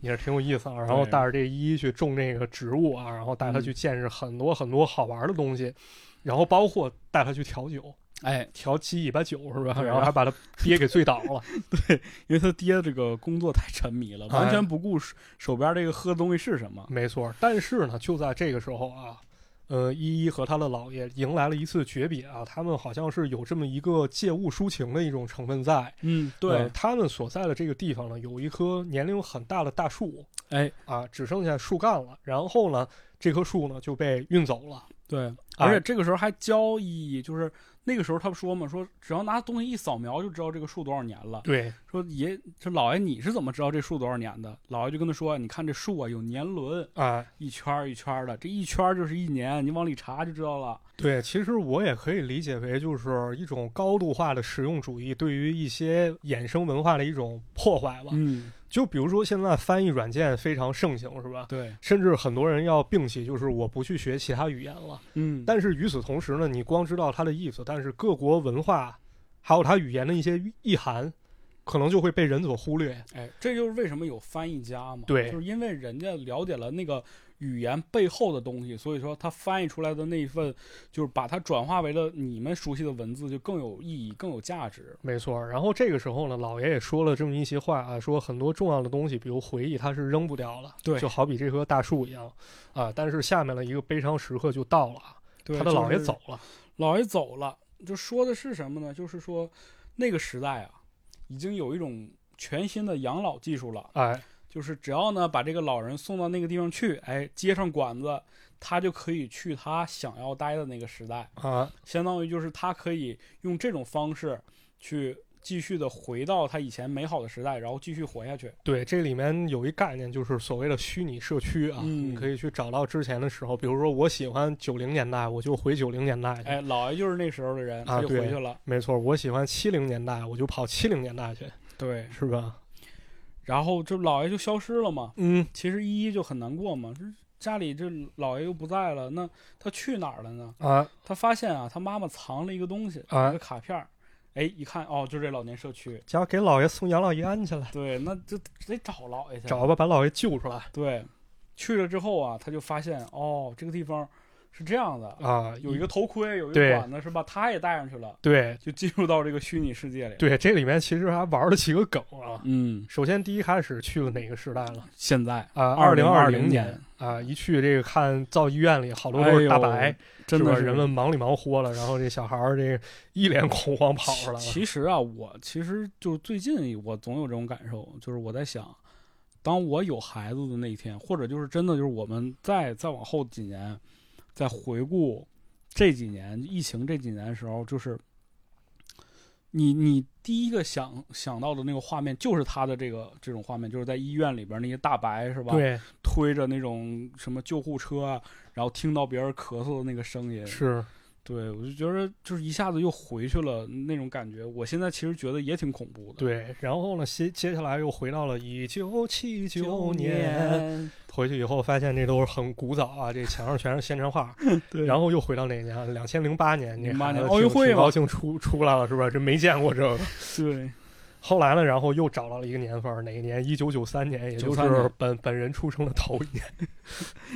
S4: 也是挺有意思啊。然后
S3: 对嗯
S4: 带着这一一去种这个植物啊，然后带他去见识很多很多好玩的东西，然后包括带他去调酒，
S3: 哎，
S4: 调七尾巴酒是吧？
S3: 对啊
S4: 然后还把他爹给醉倒了。
S3: 因为他爹这个工作太沉迷了，完
S4: 哎
S3: 全不顾手手边这个喝的东西是什么。
S4: 没错，但是呢，就在这个时候啊，呃，依依和他的姥爷迎来了一次诀别啊，他们好像是有这么一个借物抒情的一种成分在。
S3: 嗯，
S4: 呃
S3: 对，
S4: 他们所在的这个地方呢，有一棵年龄很大的大树
S3: 哎，
S4: 啊，只剩下树干了。然后呢，这棵树呢就被运走了。
S3: 对，
S4: 哎
S3: 而且这个时候还教一，就是那个时候他说嘛，说只要拿东西一扫描就知道这个树多少年了。
S4: 对，
S3: 说爷，说姥爷你是怎么知道这树多少年的？姥爷就跟他说，你看这树啊有年轮，
S4: 啊，
S3: 一圈儿一圈儿的，这一圈儿就是一年，你往里查就知道了。
S4: 对，其实我也可以理解为就是一种高度化的实用主义对于一些衍生文化的一种破坏吧。
S3: 嗯，
S4: 就比如说现在翻译软件非常盛行，是吧？
S3: 对，
S4: 甚至很多人要摒弃，就是我不去学其他语言了。
S3: 嗯，
S4: 但是与此同时呢，你光知道它的意思，但是各国文化还有它语言的一些意涵，可能就会被人所忽略。
S3: 哎，这就是为什么有翻译家嘛，
S4: 对
S3: 就是因为人家了解了那个语言背后的东西，所以说他翻译出来的那一份，就是把它转化为了你们熟悉的文字，就更有意义、更有价值。
S4: 没错。然后这个时候呢，老爷也说了这么一些话啊，说很多重要的东西，比如回忆，它是扔不掉了，
S3: 对
S4: 就好比这棵大树一样啊。但是下面的一个悲伤时刻就到了啊，他的姥爷走，了，
S3: 姥爷走了，就说的是什么呢？就是说那个时代啊，已经有一种全新的养老技术了。
S4: 哎，
S3: 就是只要呢把这个老人送到那个地方去，哎，接上管子，他就可以去他想要待的那个时代，
S4: 啊，
S3: 相当于就是他可以用这种方式去继续的回到他以前美好的时代，然后继续活下去。
S4: 对，这里面有一概念，就是所谓的虚拟社区啊，
S3: 嗯
S4: 你可以去找到之前的时候，比如说我喜欢九零年代，我就回九零年代去。
S3: 哎，老爷就是那时候的人，
S4: 啊
S3: 他就回
S4: 对
S3: 去了。
S4: 没错，我喜欢七零年代，我就跑七零年代去，
S3: 对，
S4: 是吧？
S3: 然后就老爷就消失了嘛。
S4: 嗯，
S3: 其实依依就很难过嘛，这家里这老爷又不在了，那他去哪儿了呢？
S4: 啊
S3: 他发现啊，他妈妈藏了一个东西，一
S4: 啊
S3: 个，卡片儿。哎，一看哦，就这老年社区。
S4: 家给姥爷送养老院去了，
S3: 对，那就得找姥爷去。
S4: 找吧，把姥爷救出来
S3: 对，去了之后啊，他就发现哦，这个地方是这样的，
S4: 啊！
S3: 有一个头盔，有一个
S4: 对
S3: 管子，是吧？他也戴上去了，
S4: 对
S3: 就进入到这个虚拟世界里。，
S4: 对，这里面其实还玩了几个梗啊。
S3: 嗯，
S4: 首先，第一开始去了哪个时代了？
S3: 现在
S4: 啊，
S3: 2020
S4: 零二零
S3: 年
S4: 啊，一去这个看到医院里好多都是大白，
S3: 哎呦真
S4: 是
S3: 的
S4: 吧
S3: 是
S4: 人们忙里忙豁了，然后这小孩儿这一脸恐慌跑出来了。
S3: 其实啊，我其实就最近我总有这种感受，就是我在想，当我有孩子的那一天，或者就是真的就是我们再再往后几年，再回顾这几年疫情这几年的时候，就是你你第一个想想到的那个画面，就是他的这个这种画面，就是在医院里边那些大白是吧？，
S4: 对，
S3: 推着那种什么救护车啊，然后听到别人咳嗽的那个声音，
S4: 是
S3: 对，我就觉得就是一下子又回去了那种感觉。我现在其实觉得也挺恐怖的。
S4: 对。然后呢，接接下来又回到了一九七九年，
S3: 年，
S4: 回去以后发现这都是很古早啊，这墙上全是宣传画。
S3: 对
S4: 然
S3: 后
S4: 后又回到哪年啊？两千零八年，这
S3: 08
S4: 孩子
S3: 年
S4: 挺
S3: 奥运会
S4: 挺
S3: 嘛
S4: 高兴出出来了是吧？这没见过这个。
S3: 对，
S4: 后来呢，然后又找到了一个年份儿，哪一年？一九九三年，也就
S3: 93
S4: 是
S3: 年
S4: 本本人出生的头一年。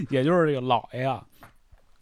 S3: 也就是这个姥爷啊，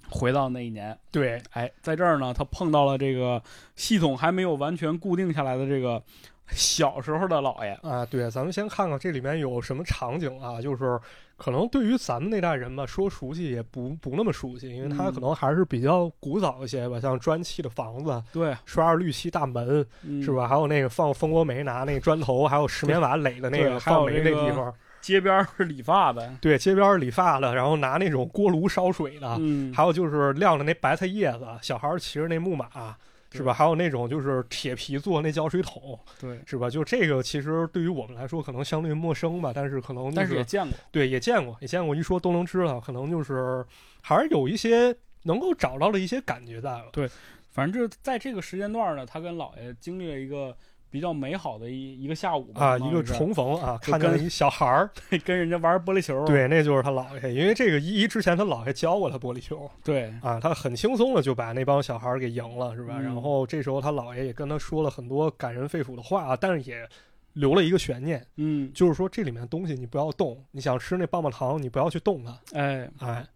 S3: 回到那一年，
S4: 对，
S3: 哎，在这儿呢，他碰到了这个系统还没有完全固定下来的这个小时候的姥爷。
S4: 啊，对，咱们先看看这里面有什么场景啊，就是可能对于咱们那代人吧，说熟悉也不不那么熟悉，因为它
S3: 嗯
S4: 可能还是比较古早一些吧，像砖砌的房子、
S3: 对，
S4: 刷着绿漆大门、
S3: 嗯
S4: 是？吧？还有那个放蜂窝煤拿那个砖头，还有石棉瓦垒的那
S3: 对
S4: 个
S3: 还
S4: 放
S3: 有
S4: 煤
S3: 这
S4: 那地
S3: 个
S4: 方，
S3: 街边儿是理发的，
S4: 对，街边儿理发的，然后拿那种锅炉烧水的，
S3: 嗯，
S4: 还有就是晾着那白菜叶子，小孩儿骑着那木马。是吧？
S3: 对
S4: 还有那种就是铁皮做那胶水桶，
S3: 对，
S4: 是吧？就这个其实对于我们来说可能相对陌生吧，但是可能、就是、
S3: 但是也见过。
S4: 对，也见过，也见过，一说都能知道，可能就是还是有一些能够找到的一些感觉在吧。
S3: 对反正就是在这个时间段呢，他跟姥爷经历了一个比较美好的一一个下午吧
S4: 啊，
S3: 相
S4: 一
S3: 当
S4: 个
S3: 于是
S4: 重逢啊，
S3: 就
S4: 看见了
S3: 跟嗯
S4: 一小孩儿，
S3: <laughs> 跟人家玩玻璃球，
S4: 对，那就是他姥爷，因为这个一一之前他姥爷教过他玻璃球
S3: 对
S4: 啊，他很轻松的就把那帮小孩儿给赢了，是吧？
S3: 嗯
S4: 然后这时候他姥爷也跟他说了很多感人肺腑的话啊，但是也留了一个悬念，
S3: 嗯，
S4: 就是说这里面的东西你不要动，你想吃那棒棒糖你不要去动它，
S3: 哎，
S4: 哎，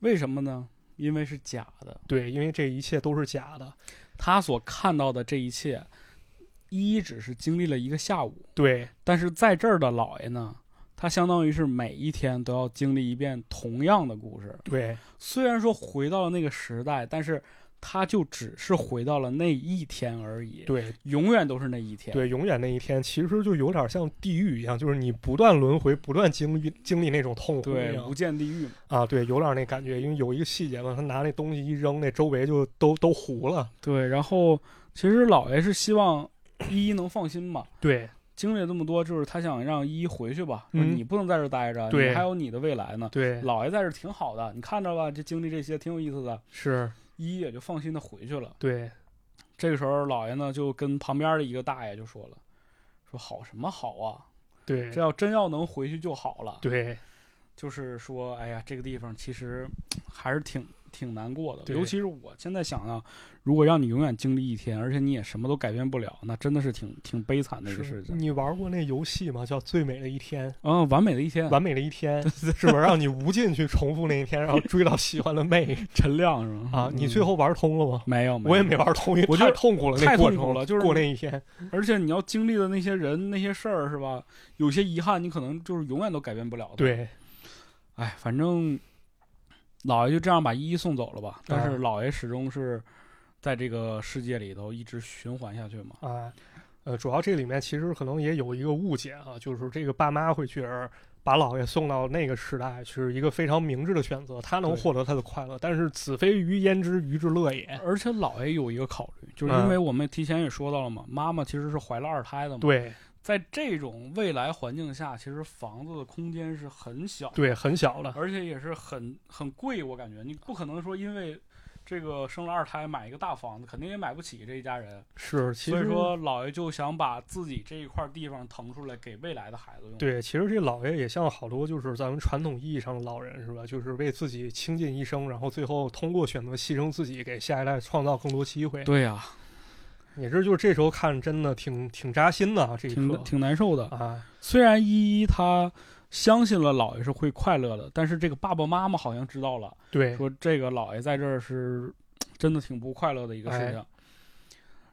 S3: 为什么呢？因为是假的，
S4: 对，因为这一切都是假的，
S3: 他所看到的这一切，一只是经历了一个下午，
S4: 对，
S3: 但是在这儿的姥爷呢，他相当于是每一天都要经历一遍同样的故事。
S4: 对，
S3: 虽然说回到了那个时代，但是他就只是回到了那一天而已，
S4: 对，
S3: 永远都是那一天。
S4: 对，永远那一天其实就有点像地狱一样，就是你不断轮回，不断经历经历那种痛苦一
S3: 对，
S4: 样
S3: 无间地狱嘛。
S4: 啊，对，有点那感觉，因为有一个细节嘛，他拿那东西一扔，那周围就都都糊了。
S3: 对，然后其实姥爷是希望依依能放心嘛。
S4: 对
S3: 经历了这么多，就是他想让依依回去吧，说
S4: 嗯
S3: 你不能在这儿待着，
S4: 对
S3: 你还有你的未来呢。
S4: 对，
S3: 姥爷在这儿挺好的，你看着吧，这经历这些挺有意思的，
S4: 是，
S3: 依依也就放心的回去了。
S4: 对
S3: 这个时候，姥爷呢就跟旁边的一个大爷就说了：“说好什么好啊？
S4: 对
S3: 这要真要能回去就好了。
S4: 对
S3: 就是说，哎呀，这个地方其实还是挺挺难过的，
S4: 对
S3: 尤其是我现在想啊，如果让你永远经历一天，而且你也什么都改变不了，那真的是挺挺悲惨的一个事
S4: 是。
S3: 情。
S4: 你玩过那游戏吗？叫《最美的一天》。
S3: 嗯，完美的一天，
S4: 完美的一天
S3: <laughs>
S4: 是吧？让你无尽去重复那一天，然后追到喜欢的妹
S3: 陈亮是吗？
S4: 啊！你
S3: 嗯
S4: 最后玩通了吗？
S3: 没有，
S4: 我也
S3: 有
S4: 没玩通，因为
S3: 我就
S4: 太痛苦了，那
S3: 太
S4: 过
S3: 痛苦
S4: 程
S3: 了就是
S4: 过那一
S3: <laughs>
S4: 天。
S3: 而且你要经历的那些人、那些事儿是吧？有些遗憾，你可能就是永远都改变不了的。，
S4: 对
S3: 哎，反正姥爷就这样把依依送走了
S4: 啊
S3: 吧。但是姥爷始终是在这个世界里头一直循环下去嘛。
S4: 啊，呃，主要这里面其实可能也有一个误解啊，就是这个爸妈会觉得把姥爷送到那个时代是一个非常明智的选择，他能
S3: 对嗯
S4: 获得他的快乐，但是子非鱼焉知鱼之乐也。
S3: 而且姥爷有一个考虑，就是
S4: 嗯
S3: 因为我们提前也说到了嘛，妈妈其实是怀了二胎的嘛。，
S4: 对
S3: 在这种未来环境下，其实房子的空间是很小，
S4: 对，很小
S3: <laughs>
S4: 了，
S3: 而且也是很很贵。我感觉你不可能说因为这个生了二胎买一个大房子，肯定也买不起这一家人。
S4: 是其
S3: 所以
S4: 实
S3: 说，姥爷就想把自己这一块地方腾出来给未来的孩子用。
S4: 对，其实这姥爷也像好多就是咱们传统意义上的老人是吧？就是为自己倾尽一生，然后最后通过选择牺牲自己，给下一代创造更多机会。
S3: 对呀、
S4: 也是就是这时候看真的挺挺扎心的啊，这一刻
S3: 挺挺难受的。
S4: 啊，
S3: 虽然依依她相信了姥爷是会快乐的，但是这个爸爸妈妈好像知道了，
S4: 对
S3: 说这个姥爷在这儿是真的挺不快乐的一个事情。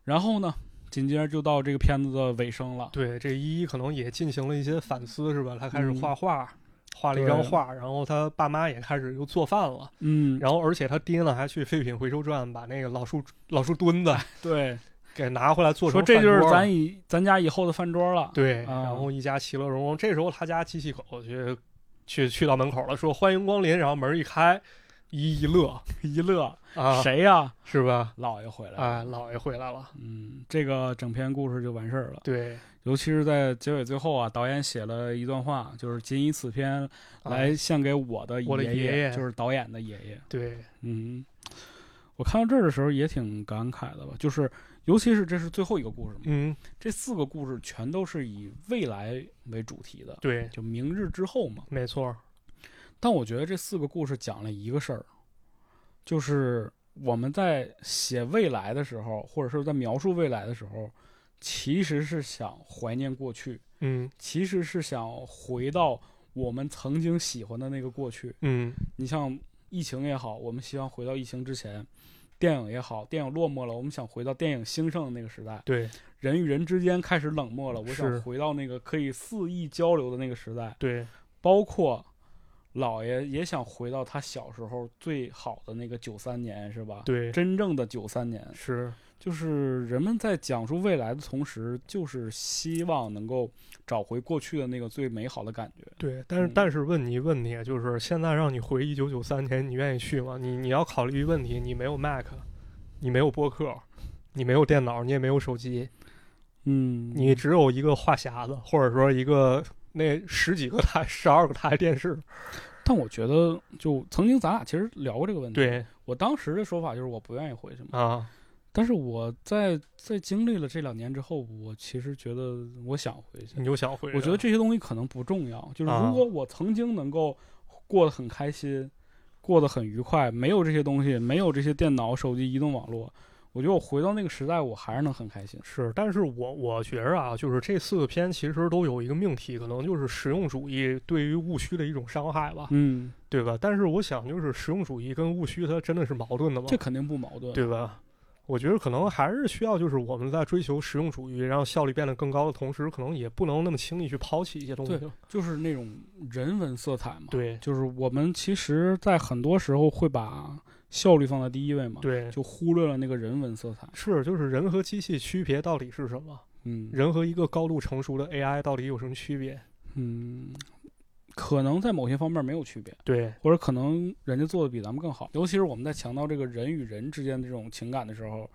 S3: 然后呢，紧接着就到这个片子的尾声了。
S4: 对，这依依可能也进行了一些反思是吧？他开始
S3: 嗯
S4: 画画，画了一张
S3: 对
S4: 画，然后他爸妈也开始又做饭了，
S3: 嗯，
S4: 然后而且他爹呢还去废品回收站把那个老树老树
S3: <laughs>
S4: 墩子
S3: 对，
S4: 给拿回来做成
S3: 说这就是
S4: 饭桌
S3: 咱以咱家以后的饭桌了。
S4: 对，
S3: 啊
S4: 然后一家其乐融融。这时候他家机器狗去去去到门口了，说欢迎光临，然后门一开，一一乐
S3: 一乐，
S4: 啊，
S3: 谁呀、
S4: 是吧？
S3: 姥爷回来了。
S4: 啊，姥爷回来了，
S3: 嗯，这个整篇故事就完事儿了。
S4: 对，
S3: 尤其是在结尾最后啊，导演写了一段话，就是仅以此片
S4: 啊
S3: 来献给我的
S4: 我的
S3: 爷
S4: 爷爷
S3: 就是导演的爷爷。
S4: 对
S3: 嗯，我看到这儿的时候也挺感慨的吧，就是尤其是这是最后一个故事嘛，
S4: 嗯，
S3: 这四个故事全都是以未来为主题的，
S4: 对，
S3: 就明日之后嘛。
S4: 没错，
S3: 但我觉得这四个故事讲了一个事儿，就是我们在写未来的时候，或者是在描述未来的时候，其实是想怀念过去。
S4: 嗯
S3: 其实是想回到我们曾经喜欢的那个过去。
S4: 嗯，
S3: 你像疫情也好，我们希望回到疫情之前；电影也好，电影落寞了，我们想回到电影兴盛的那个时代；
S4: 对
S3: 人与人之间开始冷漠了，我
S4: 是
S3: 想回到那个可以肆意交流的那个时代。
S4: 对
S3: 包括姥爷也想回到他小时候最好的那个九三年，是吧？
S4: 对，
S3: 真正的九三年，
S4: 是
S3: 就是人们在讲述未来的同时，就是希望能够找回过去的那个最美好的感觉。
S4: 对，但是
S3: 嗯
S4: 但是问你一问题，就是现在让你回一九九三年，你愿意去吗？你你要考虑一问题，你没有 Mac，你没有播客，你没有电脑，你也没有手机，
S3: 嗯，
S4: 你只有一个话匣子，或者说一个那十几个台、十二个台电视。
S3: 嗯但我觉得，就曾经咱俩其实聊过这个问题。，
S4: 对，
S3: 我当时的说法就是我不愿意回去嘛。
S4: 啊，
S3: 但是我在在经历了这两年之后，我其实觉得我想回去。
S4: 你就想回来？
S3: 我觉得这些东西可能不重要，就是
S4: 啊
S3: 如果我曾经能够过得很开心，过得很愉快，没有这些东西，没有这些电脑、手机、移动网络，我觉得我回到那个时代，我还是能很开心。
S4: 是，但是我我觉着啊，就是这四个片其实都有一个命题，可能就是实用主义对于务虚的一种伤害吧，
S3: 嗯，
S4: 对吧？但是我想，就是实用主义跟务虚它真的是矛盾的吗
S3: 这？肯定不矛盾。
S4: 对吧？我觉得可能还是需要，就是我们在追求实用主义，让效率变得更高的同时，可能也不能那么轻易去抛弃一些东西
S3: 对。就是那种人文色彩嘛。，
S4: 对
S3: 就是我们其实，在很多时候会把效率放在第一位嘛，
S4: 对，
S3: 就忽略了那个人文色彩。
S4: 是就是人和机器区别到底是什么？
S3: 嗯，
S4: 人和一个高度成熟的 AI 到底有什么区别？
S3: 嗯，可能在某些方面没有区别。
S4: 对
S3: 或者可能人家做的比咱们更好。尤其是我们在强调这个人与人之间的这种情感的时候，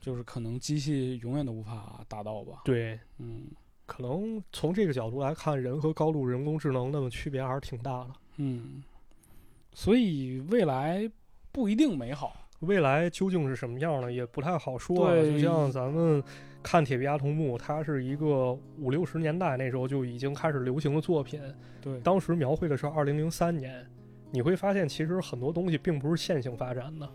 S3: 就是可能机器永远都无法达到吧。
S4: 对，
S3: 嗯
S4: 可能从这个角度来看，人和高度人工智能那么区别还是挺大的。
S3: 嗯，所以未来不一定美好。
S4: 未来究竟是什么样呢？也不太好说、啊。
S3: 对
S4: 就像咱们看《铁臂阿童木》，它是一个五六十年代那时候就已经开始流行的作品，
S3: 对，
S4: 当时描绘的是二零零三年。你会发现，其实很多东西并不是线性发展的。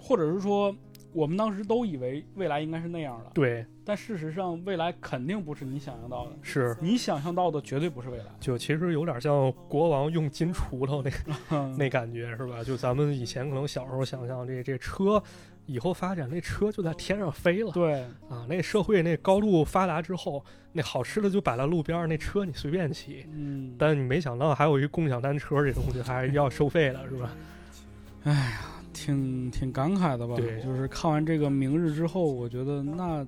S3: 或者是说，我们当时都以为未来应该是那样的，
S4: 对，
S3: 但事实上未来肯定不是你想象到的。
S4: 是
S3: 你想象到的绝对不是未
S4: 就其实有点像国王用金锄头那 <laughs> 个
S3: 来。
S4: <laughs> 那感觉是吧？就咱们以前可能小时候想象这这车，以后发展那车就在天上飞了
S3: 对，
S4: 啊！那社会那高度发达之后，那好吃的就摆在路边儿，那车你随便骑。
S3: 嗯，
S4: 但你没想到还有一共享单车这东西还是要收费的，是吧？
S3: 挺挺感慨的吧？
S4: 对
S3: 就是看完这个《明日》之后，我觉得那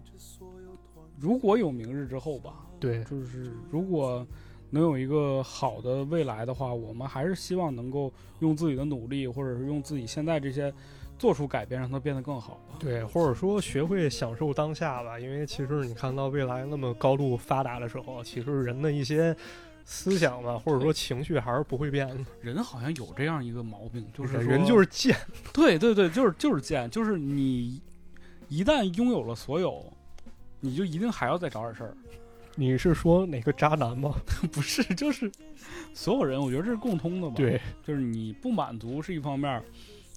S3: 如果有《明日》之后吧，
S4: <laughs> 对，
S3: 就是如果能有一个好的未来的话，我们还是希望能够用自己的努力，或者是用自己现在这些做出改变，让它变得更好吧。
S4: 对，或者说学会享受当下吧，因为其实你看到未来那么高度发达的时候，其实人的一些思想吧，或者说情绪还是不会变的。
S3: 人好像有这样一个毛病，就是
S4: 哎人
S3: 说
S4: 就是贱，
S3: 对对对，就是就是贱，就是你一旦拥有了所有，你就一定还要再找点事儿。
S4: 你是说哪个渣男吗？
S3: <laughs> 不是，就是所有人，我觉得这是共通的吧。
S4: <laughs> 对，
S3: 就是你不满足是一方面儿，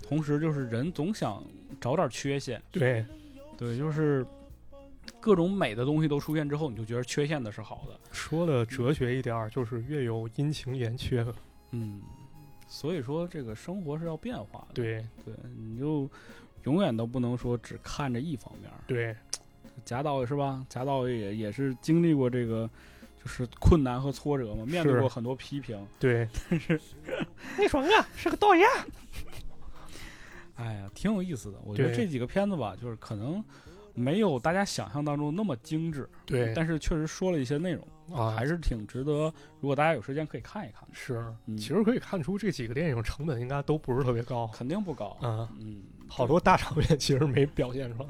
S3: 同时就是人总想找点缺陷。
S4: <laughs> 对，
S3: 对，就是各种美的东西都出现之后，你就觉得缺陷的是好的。
S4: 说的哲学一点儿，就是越有阴晴圆缺。
S3: 嗯，所以说这个生活是要变化的。
S4: 对
S3: 对，你就永远都不能说只看着一方面儿。
S4: 对
S3: 贾导也是吧？贾导也也是经历过这个。就是困难和挫折嘛，面对
S4: 是
S3: 过很多批评。
S4: 对，
S2: 那爽啊，是个导演。
S3: 哎呀，挺有意思的。我觉得
S4: 对
S3: 这几个片子吧，就是可能没有大家想象当中那么精致，
S4: 对
S3: 但是确实说了一些内容，
S4: 啊，
S3: 还
S4: 是
S3: 是挺值得。如果大家有时间可以看一看的，
S4: 是，
S3: 嗯
S4: 其实可以看出这几个电影成本应该都不是特别高。
S3: 肯定不高。
S4: 啊，
S3: 嗯，
S4: 好多大场面其实没表现出来。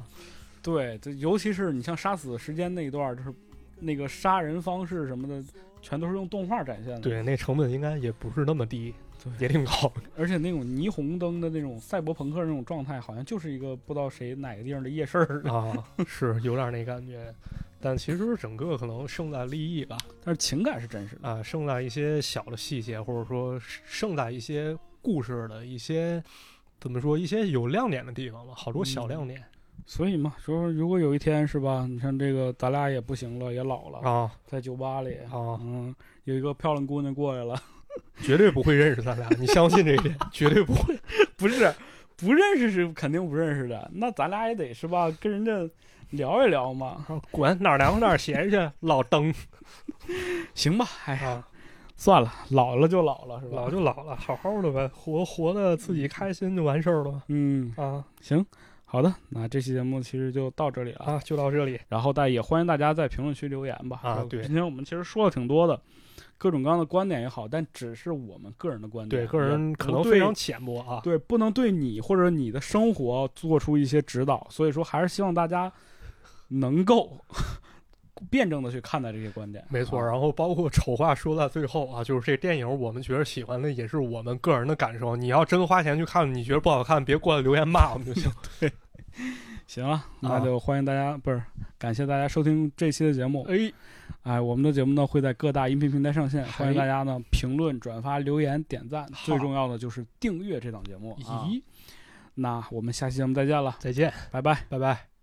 S3: 对，这尤其是你像杀死时间那一段，就是那个杀人方式什么的，全都是用动画展现的。，
S4: <laughs> 对，那成本应该也不是那么低，也挺高。
S3: 而且那种霓虹灯的那种赛博朋克那种状态，好像就是一个不知道谁哪个地方的夜市儿。
S4: <laughs> 啊，是有点那感觉，但其实整个可能胜在立意吧，
S3: 但是情感是真实的。
S4: 啊，胜在一些小的细节，或者说胜在一些故事的一些怎么说一些有亮点的地方吧，好多小
S3: 嗯
S4: 亮点、
S3: 所以嘛，说如果有一天是吧，你像这个咱俩也不行了，也老了，
S4: 啊
S3: 在酒吧里，
S4: 啊，
S3: 嗯，有一个漂亮姑娘过来了，
S4: 绝对不会认识咱俩，你相信这一点，绝对不 <laughs> 会。
S3: <laughs> 不是，不认识是肯定不认识的，那咱俩也得是吧，跟人家聊一聊嘛，
S4: 啊滚，哪儿凉快哪儿闲去，老登
S3: 行吧，哎呀，
S4: 啊，
S3: 算了，老了就老了，是吧？
S4: 老就老了，好好的呗，活活的自己开心就完事儿了嘛。
S3: 嗯，
S4: 啊
S3: 行，好的，那这期节目其实就到这里了，
S4: 啊，就到这里，
S3: 然后但也欢迎大家在评论区留言吧。
S4: 啊对
S3: 今天我们其实说了挺多的，各种各样的观点也好，但只是我们个人的观点，啊
S4: 对个人可
S3: 嗯
S4: 能
S3: 也不
S4: 非
S3: 对
S4: 常浅薄啊，
S3: 对，不能对你或者你的生活做出一些指导，所以说还是希望大家能够 <laughs> 辩证的去看待这些观点。
S4: 没错，
S3: 啊
S4: 然后包括丑话说到最后啊，就是这电影我们觉得喜欢的也是我们个人的感受。你要真花钱去看，你觉得不好看，别过来留言骂我们就行。
S3: 行了，
S4: 啊
S3: 那就欢迎大家，不是感谢大家收听这期的节目。
S4: 哎，
S3: <laughs> 哎，我们的节目呢会在各大音频平台上线，欢迎
S4: 哎
S3: 大家呢评论、转发、留言、点赞，
S4: 好
S3: 最重要的就是订阅这档节目。啊
S4: 咦，
S3: 那我们下期节目再见了，
S4: 再见，
S3: 拜拜。
S4: 拜拜。